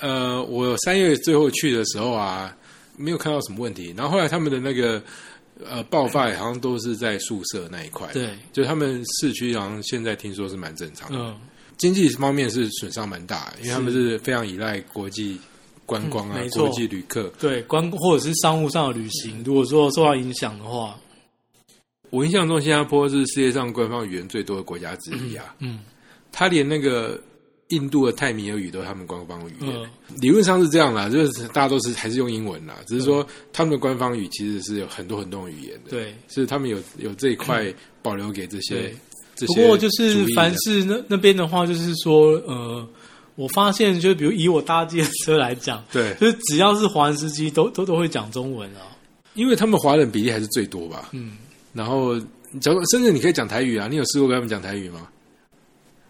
[SPEAKER 1] 呃，我三月最后去的时候啊，没有看到什么问题。然后后来他们的那个呃爆发也好像都是在宿舍那一块，，
[SPEAKER 2] 对，
[SPEAKER 1] 就他们市区好像现在听说是蛮正常的。
[SPEAKER 2] 嗯，
[SPEAKER 1] 经济方面是损伤蛮大，因为他们是非常依赖国际观光啊
[SPEAKER 2] 嗯没、错
[SPEAKER 1] 国际旅客。
[SPEAKER 2] 对，观或者是商务上的旅行，如果说受到影响的话，
[SPEAKER 1] 我印象中，新加坡是世界上官方语言最多的国家之一啊。
[SPEAKER 2] 嗯
[SPEAKER 1] 他连那个印度的泰米尔语都是他们官方语言，
[SPEAKER 2] 嗯
[SPEAKER 1] 理论上是这样啦，就是大家都是还是用英文啦，只是说他们的官方语其实是有很多很多种语言的，，
[SPEAKER 2] 嗯对。嗯
[SPEAKER 1] 是他们有有这一块保留给这些
[SPEAKER 2] 对
[SPEAKER 1] 这
[SPEAKER 2] 不
[SPEAKER 1] 些。啊
[SPEAKER 2] 过就是凡是那那边的话，就是说呃，我发现就比如以我搭计程车来讲，
[SPEAKER 1] 对，
[SPEAKER 2] 就是只要是华人司机都都都会讲中文啊，
[SPEAKER 1] 因为他们华人比例还是最多吧，
[SPEAKER 2] 嗯，
[SPEAKER 1] 然后。假如甚至你可以讲台语啊，你有试过跟他们讲台语吗？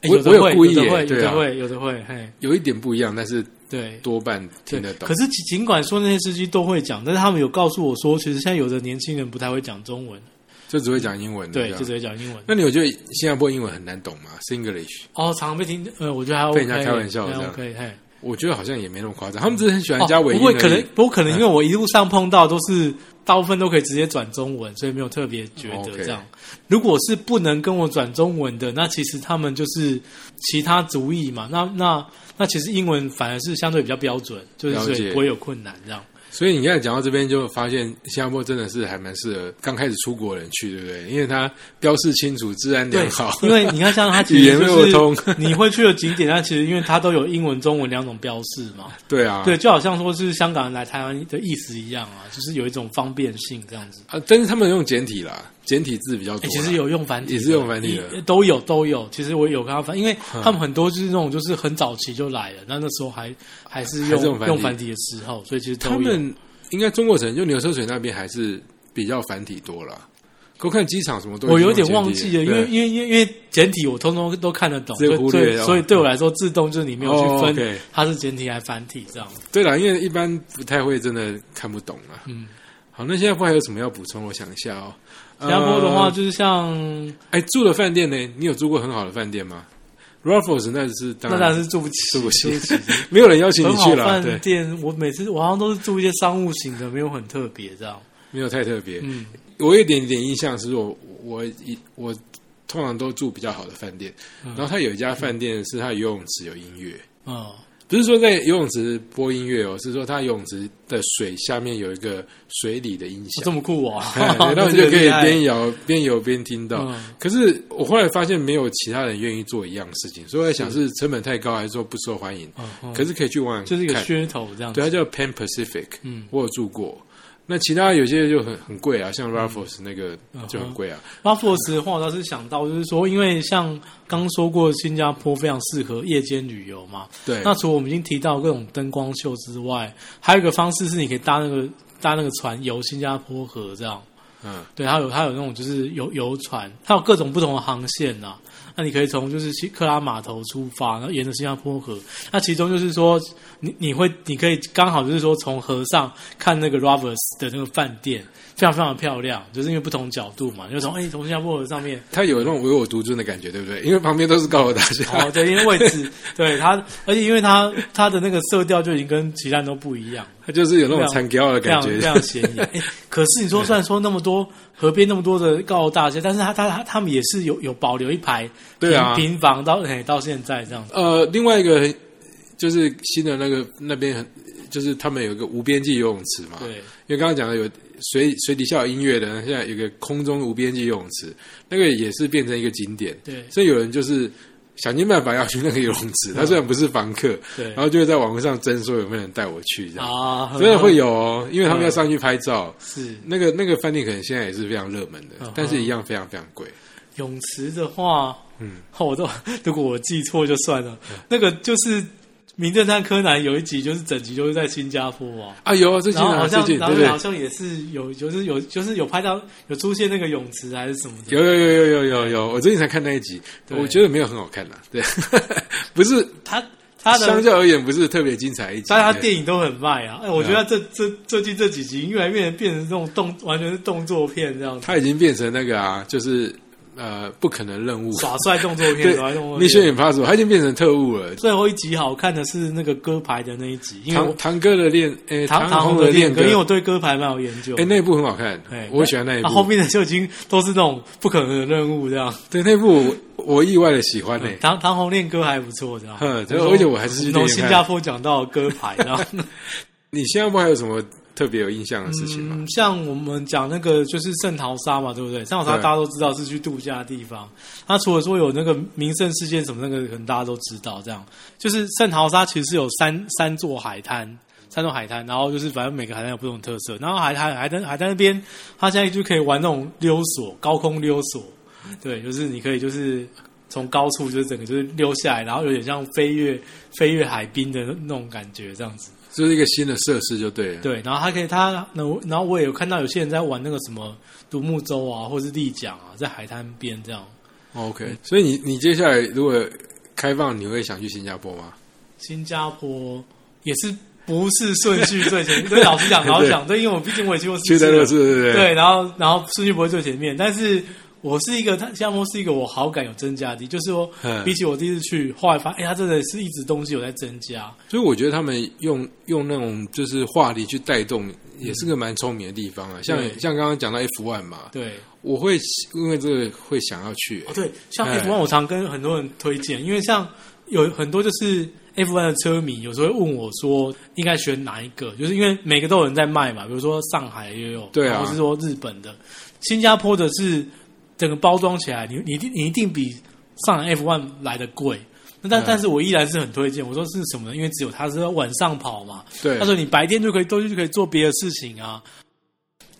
[SPEAKER 2] 诶
[SPEAKER 1] 我
[SPEAKER 2] 有的
[SPEAKER 1] 哎我有
[SPEAKER 2] 会，
[SPEAKER 1] 故意
[SPEAKER 2] 有的
[SPEAKER 1] 耶
[SPEAKER 2] 会，有
[SPEAKER 1] 对啊
[SPEAKER 2] 的会，有的会，嘿，
[SPEAKER 1] 有一点不一样，但是
[SPEAKER 2] 对。
[SPEAKER 1] 多半
[SPEAKER 2] 对
[SPEAKER 1] 听得，懂
[SPEAKER 2] 可。是尽尽管说那些司机都会讲，但是他们有告诉我说，其实现在有的年轻人不太会讲中文，
[SPEAKER 1] 就只会讲英文的
[SPEAKER 2] 对
[SPEAKER 1] 这，样
[SPEAKER 2] 就直接讲英文。
[SPEAKER 1] 那你有觉得新加坡英文很难懂吗？Singlish，
[SPEAKER 2] 哦，常常被听，呃，我觉得还 OK，
[SPEAKER 1] 被人家开玩笑
[SPEAKER 2] 还
[SPEAKER 1] 这样
[SPEAKER 2] OK，嘿。
[SPEAKER 1] 我觉得好像也没那么夸张。他们只是很喜欢加尾
[SPEAKER 2] 哦不
[SPEAKER 1] 音
[SPEAKER 2] 过
[SPEAKER 1] 而已、
[SPEAKER 2] 可能，不过可能
[SPEAKER 1] 嗯
[SPEAKER 2] 因为我一路上碰到都是大部分都可以直接转中文，所以没有特别觉得
[SPEAKER 1] OK
[SPEAKER 2] 这样。如果是不能跟我转中文的，那其实他们就是其他族裔嘛，那那那其实英文反而是相对比较标准，就是所
[SPEAKER 1] 了
[SPEAKER 2] 以
[SPEAKER 1] 解
[SPEAKER 2] 不会有困难这样。
[SPEAKER 1] 所以你刚才讲到这边，就发现新加坡真的是还蛮适合刚开始出国的人去，对不对？因为它标示清楚，治安良好，
[SPEAKER 2] 因为你看像它其
[SPEAKER 1] 语言
[SPEAKER 2] 实
[SPEAKER 1] 又
[SPEAKER 2] 就
[SPEAKER 1] 通
[SPEAKER 2] 是你会去的景点，它其实因为它都有英文、中文两种标示嘛，
[SPEAKER 1] 对啊，
[SPEAKER 2] 对，就好像说是香港人来台湾的意思一样啊，就是有一种方便性这样子。
[SPEAKER 1] 啊，但是他们用简体啦，简体字比较多
[SPEAKER 2] 欸
[SPEAKER 1] 啦、
[SPEAKER 2] 其实有用繁体的，
[SPEAKER 1] 也是用繁体的
[SPEAKER 2] 一都有都有。其实我有看到繁，因为他们很多就是那种就是很早期就来了，那那时候还还是
[SPEAKER 1] 还
[SPEAKER 2] 用
[SPEAKER 1] 是用繁体
[SPEAKER 2] 用繁体的时候，所以其实都有
[SPEAKER 1] 他们应该中国城就牛车水那边还是比较繁体多啦。可我看机场什么都
[SPEAKER 2] 我
[SPEAKER 1] 已经
[SPEAKER 2] 有
[SPEAKER 1] 用简
[SPEAKER 2] 点
[SPEAKER 1] 体
[SPEAKER 2] 忘记了，因为
[SPEAKER 1] 对
[SPEAKER 2] 因为因为因为简体我通通都看得懂，
[SPEAKER 1] 直接忽
[SPEAKER 2] 所以
[SPEAKER 1] 略
[SPEAKER 2] 所以
[SPEAKER 1] 哦
[SPEAKER 2] 所以对我来说自动就是你没有去
[SPEAKER 1] 哦
[SPEAKER 2] 分、
[SPEAKER 1] ，OK
[SPEAKER 2] 它是简体还是繁体这样。
[SPEAKER 1] 对啦，因为一般不太会真的看不懂啦。
[SPEAKER 2] 嗯，
[SPEAKER 1] 好，那新加坡还有什么要补充？我想一下哦。
[SPEAKER 2] 新加坡的话
[SPEAKER 1] 呃
[SPEAKER 2] 就是像、
[SPEAKER 1] 哎，住的饭店呢？你有住过很好的饭店吗？Raffles 那是当
[SPEAKER 2] 那当然是住不起，
[SPEAKER 1] 住不起
[SPEAKER 2] 住不起。
[SPEAKER 1] 没有人邀请
[SPEAKER 2] 很
[SPEAKER 1] 你
[SPEAKER 2] 好
[SPEAKER 1] 去啦，
[SPEAKER 2] 饭
[SPEAKER 1] 对，
[SPEAKER 2] 店，我每次我好像都是住一些商务型的，没有很特别这样。
[SPEAKER 1] 没有太特别。
[SPEAKER 2] 嗯，
[SPEAKER 1] 我有一点点印象是我我一我通常都住比较好的饭店，然后它有一家饭店是它游泳池有音乐，
[SPEAKER 2] 嗯，
[SPEAKER 1] 不是说在游泳池播音乐哦，是说它游泳池的水下面有一个水里的音
[SPEAKER 2] 哦
[SPEAKER 1] 响，
[SPEAKER 2] 这么酷哦！
[SPEAKER 1] 哎然后你就可以边摇边游边听到。
[SPEAKER 2] 嗯
[SPEAKER 1] 可是我后来发现没有其他人愿意做一样事情，所以我在想是成本太高，还是说不受欢迎？
[SPEAKER 2] 嗯，
[SPEAKER 1] 可
[SPEAKER 2] 是
[SPEAKER 1] 是可以去玩玩看，
[SPEAKER 2] 就是一个噱头这样子。
[SPEAKER 1] 对，它啊叫 Pan Pacific，
[SPEAKER 2] 嗯
[SPEAKER 1] 我有住过。那其他有些就很很贵啊，像 Raffles 那
[SPEAKER 2] 嗯
[SPEAKER 1] 个就很贵啊。
[SPEAKER 2] ，Raffles 的话，我倒是想到就是说，因为像刚说过，新加坡非常适合夜间旅游嘛。
[SPEAKER 1] 对，
[SPEAKER 2] 那除了我们已经提到各种灯光秀之外，还有一个方式是你可以搭那个搭那个船游新加坡河这样。
[SPEAKER 1] 嗯，
[SPEAKER 2] 对，它有它有那种就是游游船，它有各种不同的航线呐、那你可以从就是西克拉码头出发，然后沿着新加坡河。那其中就是说，你你会你可以刚好就是说从河上看那个 Rovers 的那个饭店，非常非常的漂亮，就是因为不同角度嘛，就从哎从新加坡河上面，
[SPEAKER 1] 它有那种唯我独尊的感觉，对不对？因为旁边都是高楼大
[SPEAKER 2] 哦
[SPEAKER 1] 厦，
[SPEAKER 2] 对，因为位置对它，而且因为它它的那个色调就已经跟其他人都不一样。
[SPEAKER 1] 它就是有那种参高的
[SPEAKER 2] 非
[SPEAKER 1] 感
[SPEAKER 2] 常
[SPEAKER 1] 觉
[SPEAKER 2] 非。常显眼。 哎可是你说，虽然说那么多河边那么多的高楼大厦，但是他他他他们也是有有保留一排
[SPEAKER 1] 对啊
[SPEAKER 2] 平平房到哎到现在这样子。
[SPEAKER 1] 呃，另外一个就是新的那个那边很，就是他们有一个无边际游泳池嘛。
[SPEAKER 2] 对，
[SPEAKER 1] 因为刚刚讲的有水水底下有音乐的，现在有一个空中无边际游泳池，那个也是变成一个景点。
[SPEAKER 2] 对
[SPEAKER 1] 所以有人就是想尽办法要去那个游泳 池，他虽然不是房客，
[SPEAKER 2] 对
[SPEAKER 1] 然后就会在网络上征说有没有人带我去这样，
[SPEAKER 2] 啊，
[SPEAKER 1] 真的会有哦，因为他们要上去拍照。
[SPEAKER 2] 是
[SPEAKER 1] 那个那个饭店可能现在也是非常热门的，
[SPEAKER 2] 嗯
[SPEAKER 1] 但是一样非常非常贵。
[SPEAKER 2] 泳池的话，哦
[SPEAKER 1] 嗯
[SPEAKER 2] 嗯，我都如果我记错就算了，那个就是。名侦探柯南》有一集就是整集都是在新加坡哦，
[SPEAKER 1] 啊，有啊最近
[SPEAKER 2] 然后
[SPEAKER 1] 啊，
[SPEAKER 2] 好
[SPEAKER 1] 最
[SPEAKER 2] 像
[SPEAKER 1] 近
[SPEAKER 2] 然
[SPEAKER 1] 对不
[SPEAKER 2] 后
[SPEAKER 1] 对
[SPEAKER 2] 好？像也是有就是有就是有拍到有出现那个泳池还是什么的，
[SPEAKER 1] 有有有有有有有，我最近才看那一集，
[SPEAKER 2] 对
[SPEAKER 1] 我觉得没有很好看啦，啊对， 不是
[SPEAKER 2] 他他的
[SPEAKER 1] 相较而言不是特别精彩一集，啊
[SPEAKER 2] 但他
[SPEAKER 1] 对
[SPEAKER 2] 电影都很卖啊！哎，我觉得这这最近这几集越来越变成这种动，完全是动作片这样子，
[SPEAKER 1] 他已经变成那个啊，就是呃不可能任务，
[SPEAKER 2] 耍帅动作片，啊
[SPEAKER 1] 对
[SPEAKER 2] 耍帅动作片。
[SPEAKER 1] Mission Impossible，他已经变成特务了。
[SPEAKER 2] 最后一集好看的是那个歌牌的那一集，因为我
[SPEAKER 1] 堂堂哥的恋，诶，
[SPEAKER 2] 唐
[SPEAKER 1] 唐
[SPEAKER 2] 唐
[SPEAKER 1] 红
[SPEAKER 2] 红的
[SPEAKER 1] 恋
[SPEAKER 2] 恋歌，因为
[SPEAKER 1] 歌
[SPEAKER 2] 我，对歌牌蛮有研究
[SPEAKER 1] 诶，。那一部很好看
[SPEAKER 2] 哎，
[SPEAKER 1] 我喜欢那一
[SPEAKER 2] 啊后
[SPEAKER 1] 部。
[SPEAKER 2] 面的就已经都是那种不可能的任务这样。
[SPEAKER 1] 对，那部我我意外的喜欢呢。
[SPEAKER 2] 唐唐红恋歌还不错这样。
[SPEAKER 1] 嗯对而且我还是去电
[SPEAKER 2] 从
[SPEAKER 1] 影
[SPEAKER 2] 新
[SPEAKER 1] 看
[SPEAKER 2] 加坡讲到歌牌这样。
[SPEAKER 1] 你新加坡还有什么特别有印象的事情吗？
[SPEAKER 2] 嗯，像我们讲那个就是圣淘沙嘛，对不对？圣淘沙
[SPEAKER 1] 对
[SPEAKER 2] 大家都知道是去度假的地方。那除了说有那个名胜事件什么那个，可能大家都知道。这样就是圣淘沙其实是有三三座海滩，三座海滩，然后就是反正每个海滩有不同的特色。然后海滩海滩海滩那边，它现在就可以玩那种溜索，高空溜索。对，就是你可以就是从高处就是整个就是溜下来，然后有点像飞跃飞跃海滨的那种感觉，这样子。
[SPEAKER 1] 就是一个新的设施就对了。
[SPEAKER 2] 对，然后他可以，他那我然后我也有看到有些人在玩那个什么独木舟啊，或是立桨啊，在海滩边这样。
[SPEAKER 1] 哦 OK，所以你你接下来如果开放，你会想去新加坡吗？
[SPEAKER 2] 新加坡也是不是顺序最前面？对，老实讲，老实讲，对，因为我毕竟我也去过
[SPEAKER 1] 去
[SPEAKER 2] 四
[SPEAKER 1] 在
[SPEAKER 2] 次
[SPEAKER 1] 乐
[SPEAKER 2] 了，
[SPEAKER 1] 事对不对？
[SPEAKER 2] 对，然后然后顺序不会最前面，但是。我是一个，他新加坡是一个我好感有增加的，就是说
[SPEAKER 1] 嗯，
[SPEAKER 2] 比起我第一次去，后来发现，哎、它真的是一直东西有在增加，
[SPEAKER 1] 所以我觉得他们用用那种就是话题去带动，也是个蛮聪明的地方啊。像
[SPEAKER 2] 对
[SPEAKER 1] 像刚刚讲到 F1 嘛，
[SPEAKER 2] 对，
[SPEAKER 1] 我会因为这个会想要去、
[SPEAKER 2] 哦，对，像
[SPEAKER 1] 哎
[SPEAKER 2] F1 我常跟很多人推荐，因为像有很多就是 F1 的车迷，有时候会问我说应该选哪一个，就是因为每个都有人在卖嘛，比如说上海也有，
[SPEAKER 1] 对啊
[SPEAKER 2] 或是说日本的、新加坡的是整个包装起来，你你一定你一定比上海 F1 来的贵。那但、
[SPEAKER 1] 嗯
[SPEAKER 2] 但是我依然是很推荐，我说是什么呢？因为只有它是晚上跑嘛，
[SPEAKER 1] 对
[SPEAKER 2] 他，说你白天就可以都就可以做别的事情啊。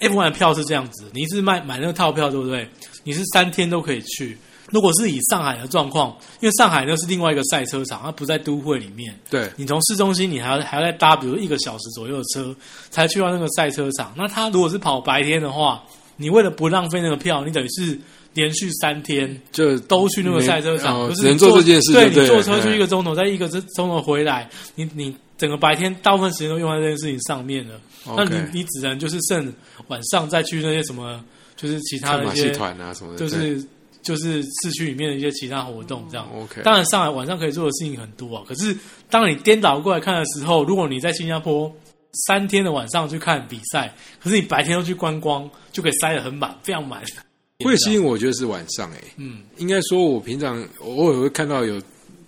[SPEAKER 2] F1 的票是这样子，你是买买那个套票对不对？你是三天都可以去。如果是以上海的状况，因为上海那是另外一个赛车场，它不在都会里面。
[SPEAKER 1] 对，
[SPEAKER 2] 你从市中心，你还要还要再搭，比如一个小时左右的车才去到那个赛车场。那他如果是跑白天的话，你为了不浪费那个票，你等于是连续三天
[SPEAKER 1] 就
[SPEAKER 2] 都去那个赛车场，
[SPEAKER 1] 没哦
[SPEAKER 2] 不是
[SPEAKER 1] 只能
[SPEAKER 2] 你坐
[SPEAKER 1] 做这件事就
[SPEAKER 2] 对
[SPEAKER 1] 对
[SPEAKER 2] 你
[SPEAKER 1] 了
[SPEAKER 2] 坐车去
[SPEAKER 1] 嗯
[SPEAKER 2] 一个钟头，再一个钟头回来，你你整个白天大部分时间都用在这件事情上面了。那
[SPEAKER 1] OK
[SPEAKER 2] 你你只能就是剩晚上再去那些什么，就是其他
[SPEAKER 1] 看
[SPEAKER 2] 的
[SPEAKER 1] 马
[SPEAKER 2] 一
[SPEAKER 1] 戏
[SPEAKER 2] 些，
[SPEAKER 1] 团啊什么的，
[SPEAKER 2] 就
[SPEAKER 1] 对哦
[SPEAKER 2] 是就是市区里面的一些其他活动这样。
[SPEAKER 1] OK
[SPEAKER 2] 当然上海晚上可以做的事情很多啊，可是当你颠倒过来看的时候，如果你在新加坡。三天的晚上去看比赛，可是你白天都去观光，就可以塞得很满，非常满。
[SPEAKER 1] 会吸引我，觉得是晚上诶、
[SPEAKER 2] 嗯，
[SPEAKER 1] 应该说，我平常偶尔会看到有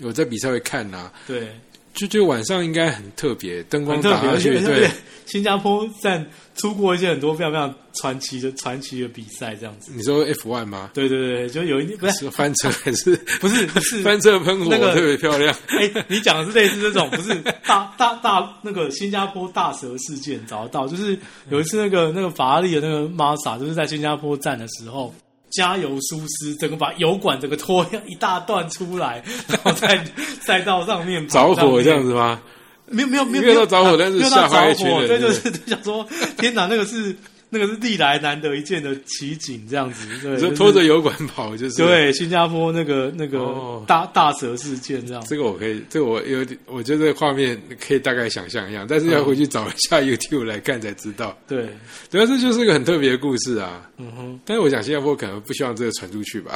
[SPEAKER 1] 有在比赛会看啊，
[SPEAKER 2] 对，
[SPEAKER 1] 就觉得晚上应该很特别，灯光
[SPEAKER 2] 很特
[SPEAKER 1] 打
[SPEAKER 2] 别，
[SPEAKER 1] 下
[SPEAKER 2] 而且
[SPEAKER 1] 去，
[SPEAKER 2] 而
[SPEAKER 1] 对
[SPEAKER 2] 且，新加坡站出过一些很多非常非常传奇的传奇的比赛，这样子。
[SPEAKER 1] 你说 F1 吗？
[SPEAKER 2] 对对对，就有一不是
[SPEAKER 1] 是翻车还是，
[SPEAKER 2] 不是不 是
[SPEAKER 1] 翻车喷火
[SPEAKER 2] 那个
[SPEAKER 1] 特别漂亮？
[SPEAKER 2] 哎、你讲的是类似这种，不是大大大那个新加坡大蛇事件找得到，
[SPEAKER 1] 嗯
[SPEAKER 2] 就是有一次那个那个法拉利的那个 Masa，就是在新加坡站的时候。加油疏失，整个把油管整个拖一大段出来，然后在 赛道上面
[SPEAKER 1] 着火
[SPEAKER 2] 跑
[SPEAKER 1] 这
[SPEAKER 2] 上面
[SPEAKER 1] 样子吗？
[SPEAKER 2] 没有没有没有
[SPEAKER 1] 没有到着火
[SPEAKER 2] 啊
[SPEAKER 1] 但是
[SPEAKER 2] 没有到
[SPEAKER 1] 吓坏一
[SPEAKER 2] 着
[SPEAKER 1] 群
[SPEAKER 2] 火
[SPEAKER 1] 人
[SPEAKER 2] 对，
[SPEAKER 1] 对
[SPEAKER 2] 就是就想说，天哪，那个是那个是历来难得一见的奇景，这样子，对，
[SPEAKER 1] 你
[SPEAKER 2] 就
[SPEAKER 1] 说
[SPEAKER 2] 是
[SPEAKER 1] 拖着油管跑就是
[SPEAKER 2] 对新加坡那个那
[SPEAKER 1] 哦
[SPEAKER 2] 个大大蛇事件这样，
[SPEAKER 1] 这个我可以，这个我有点，我觉得这个画面可以大概想象一样，但是要回去找一下
[SPEAKER 2] 嗯
[SPEAKER 1] YouTube 来看才知道。
[SPEAKER 2] 对，
[SPEAKER 1] 主要这就是一个很特别的故事啊。
[SPEAKER 2] 嗯哼，
[SPEAKER 1] 但是我想新加坡可能不希望这个传出去吧，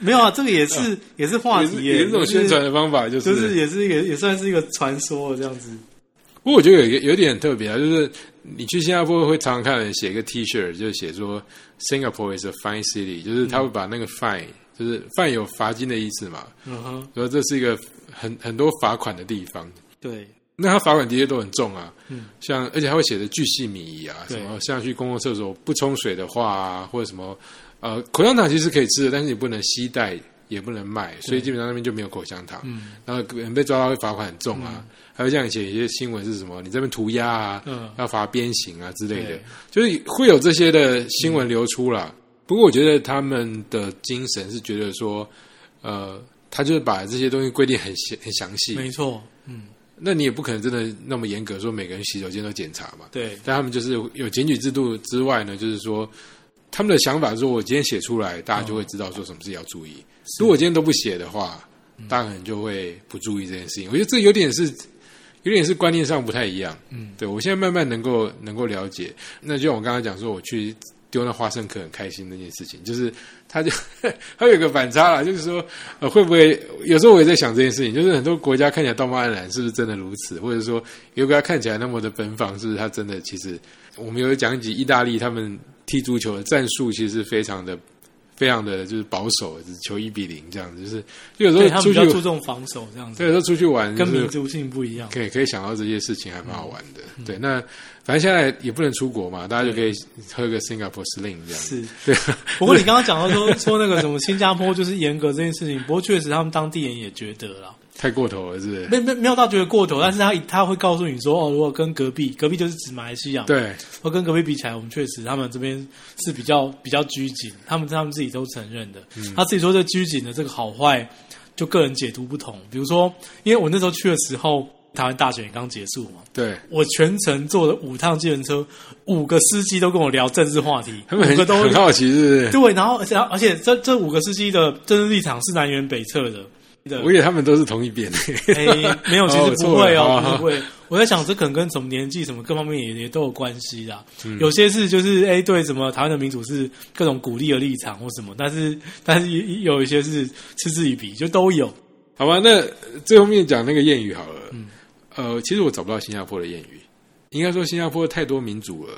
[SPEAKER 2] 没有啊，这个也是也是话
[SPEAKER 1] 也
[SPEAKER 2] 题
[SPEAKER 1] 是
[SPEAKER 2] 耶，
[SPEAKER 1] 也是这种宣传
[SPEAKER 2] 就是。
[SPEAKER 1] 的方法，就是、
[SPEAKER 2] 就是也是也也算是一个传说这样子，
[SPEAKER 1] 不过我觉得有一个有点很特别啊，就是你去新加坡会常常看人写一个 T 恤，就写说 Singapore is a fine city，就是他会把那个 fine，、就是 fine 有罚金的意思嘛，
[SPEAKER 2] 嗯哼，
[SPEAKER 1] 然后这是一个很很多罚款的地方。
[SPEAKER 2] 对，
[SPEAKER 1] 那他罚款的确都很重啊，
[SPEAKER 2] 嗯
[SPEAKER 1] 像而且他会写的巨细靡遗啊，什
[SPEAKER 2] 对
[SPEAKER 1] 么像去公共厕所不冲水的话啊，或者什么呃口香糖其实可以吃的，但是你不能携带，也不能卖，所以基本上那边就没有口香糖。
[SPEAKER 2] 嗯
[SPEAKER 1] 然后可能被抓到会罚款很重啊，还有像以前有些新闻是什么，你这边涂鸦啊，
[SPEAKER 2] 嗯
[SPEAKER 1] 要罚鞭刑啊之类的
[SPEAKER 2] 对，
[SPEAKER 1] 就是会有这些的新闻流出啦。不过我觉得他们的精神是觉得说，呃，他就是把这些东西规定很详很详细，
[SPEAKER 2] 没错，嗯，
[SPEAKER 1] 那你也不可能真的那么严格说每个人洗手间都检查嘛。
[SPEAKER 2] 对
[SPEAKER 1] 但他们就是有检举制度之外呢，就是说他们的想法是说，我今天写出来，大家就会知道说什么事要注意。如果今天都不写的话，大家可能就会不注意这件事情。我觉得这有点是。有点是观念上不太一样，嗯，对我现在慢慢能够能够了解。那就像我刚才讲说，我去丢那花生壳很开心那件事情，就是他就 他有个反差啦，就是说呃会不会有时候我也在想这件事情，就是很多国家看起来道貌岸然，是不是真的如此？或者说有个看起来那么的奔放，是不是他真的？其实我们有讲一集意大利他们踢足球的战术，其实是非常的、非常的就是保守，就是球一比零这样，就是就有
[SPEAKER 2] 对，
[SPEAKER 1] 时
[SPEAKER 2] 他
[SPEAKER 1] 候
[SPEAKER 2] 们
[SPEAKER 1] 出去
[SPEAKER 2] 比较注重防守这样子，
[SPEAKER 1] 对，有时候出去玩就
[SPEAKER 2] 跟
[SPEAKER 1] 是
[SPEAKER 2] 民族性不一样。
[SPEAKER 1] 可以可以想到这些事情还蛮好玩的。
[SPEAKER 2] 嗯
[SPEAKER 1] 对，那反正现在也不能出国嘛，大家就可以喝个 Singapore Sling 这样。
[SPEAKER 2] 是，
[SPEAKER 1] 对，
[SPEAKER 2] 不过你刚刚讲到说说那个什么新加坡就是严格这件事情，不过确实他们当地人也觉得啦，
[SPEAKER 1] 太过头了，是不是？
[SPEAKER 2] 没没没有到觉得过头，但是他他会告诉你说，哦，如果跟隔壁隔壁就是指马来西亚，，
[SPEAKER 1] 对，
[SPEAKER 2] 我跟隔壁比起来，我们确实他们这边是比较比较拘谨，他们他们自己都承认的。
[SPEAKER 1] 嗯
[SPEAKER 2] 他自己说这拘谨的这个好坏，就个人解读不同。比如说，因为我那时候去的时候，台湾大选也刚结束嘛，
[SPEAKER 1] 对，
[SPEAKER 2] 我全程坐了五趟计程车，五个司机都跟我聊政治话题，
[SPEAKER 1] 他们
[SPEAKER 2] 五
[SPEAKER 1] 很
[SPEAKER 2] 个都
[SPEAKER 1] 很好奇，是 不是？
[SPEAKER 2] 对，然后而且而且这这五个司机的政治立场是南辕北 辙的。的
[SPEAKER 1] 我以为他们都是同一边的。
[SPEAKER 2] 哎，没有，其实不会
[SPEAKER 1] 哦
[SPEAKER 2] 哦，
[SPEAKER 1] 错了
[SPEAKER 2] 不会。我在想，这可能跟什么年纪、什么各方面也也都有关系啦。
[SPEAKER 1] 嗯
[SPEAKER 2] 有些是就是哎，对什么台湾的民主是各种鼓励的立场或什么，但是但是也有一些是嗤之以鼻，就都有。
[SPEAKER 1] 好吧，那最后面讲那个谚语好了。
[SPEAKER 2] 嗯
[SPEAKER 1] 呃，其实我找不到新加坡的谚语，应该说新加坡太多民族了，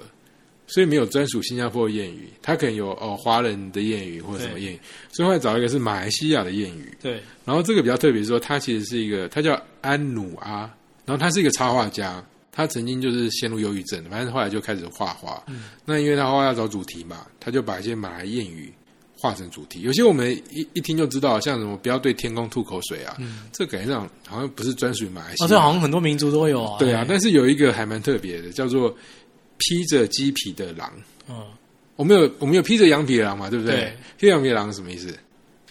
[SPEAKER 1] 所以没有专属新加坡的谚语。它可能有哦华人的谚语或者什么谚语，所以后来找一个是马来西亚的谚语。
[SPEAKER 2] 对，
[SPEAKER 1] 然后这个比较特别，说他其实是一个，他叫安努阿，然后他是一个插画家，他曾经就是陷入忧郁症，反正后来就开始画画。
[SPEAKER 2] 嗯
[SPEAKER 1] 那因为他画画要找主题嘛，他就把一些马来谚语画成主题。有些我们一一听就知道，像什么不要对天空吐口水啊，这感觉上好像不是专属于马来西
[SPEAKER 2] 嗯哦，
[SPEAKER 1] 亚。
[SPEAKER 2] 这好像很多民族都有啊。
[SPEAKER 1] 对啊，
[SPEAKER 2] 哎
[SPEAKER 1] 但是有一个还蛮特别的，叫做披着鸡皮的狼。
[SPEAKER 2] 嗯，
[SPEAKER 1] 我们有我们有披着羊皮的狼嘛，对不
[SPEAKER 2] 对
[SPEAKER 1] 披着羊皮的狼是什么意思？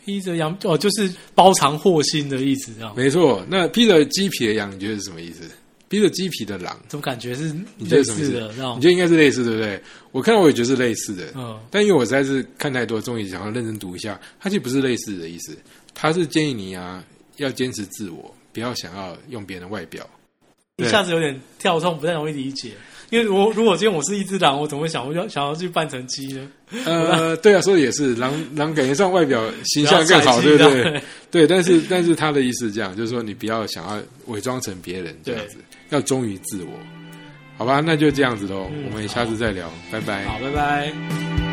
[SPEAKER 2] 披着羊哦，就是包藏祸心的意思，这样。
[SPEAKER 1] 没错，那披着鸡皮的羊，你觉得是什么意思？披着鸡皮的狼，
[SPEAKER 2] 怎么感觉是
[SPEAKER 1] 你觉得
[SPEAKER 2] 类
[SPEAKER 1] 什么意
[SPEAKER 2] 似
[SPEAKER 1] 思
[SPEAKER 2] 的？这
[SPEAKER 1] 你
[SPEAKER 2] 样
[SPEAKER 1] 觉，得应该是类似，对不对？我看到我也觉得是类似的，
[SPEAKER 2] 嗯，
[SPEAKER 1] 但因为我实在是看太多，终于想要认真读一下，它其实不是类似的意思，它是建议你啊，要坚持自我，不要想要用别人的外表。
[SPEAKER 2] 一
[SPEAKER 1] 对
[SPEAKER 2] 下子有点跳痛，不太容易理解。因为我如果今天我是一只狼，我怎么会想我要想要去扮成鸡呢？
[SPEAKER 1] 呃，对啊，说的也是，狼狼感觉上外表形象更 好，对不
[SPEAKER 2] 比较帅气这
[SPEAKER 1] 对
[SPEAKER 2] 样？
[SPEAKER 1] 对，但是但是他的意思是这样，就是说你不要想要伪装成别人这样子，要忠于自我，好吧？那就这样子喽，
[SPEAKER 2] 嗯
[SPEAKER 1] 我们下次再聊，拜拜。
[SPEAKER 2] 好，拜拜。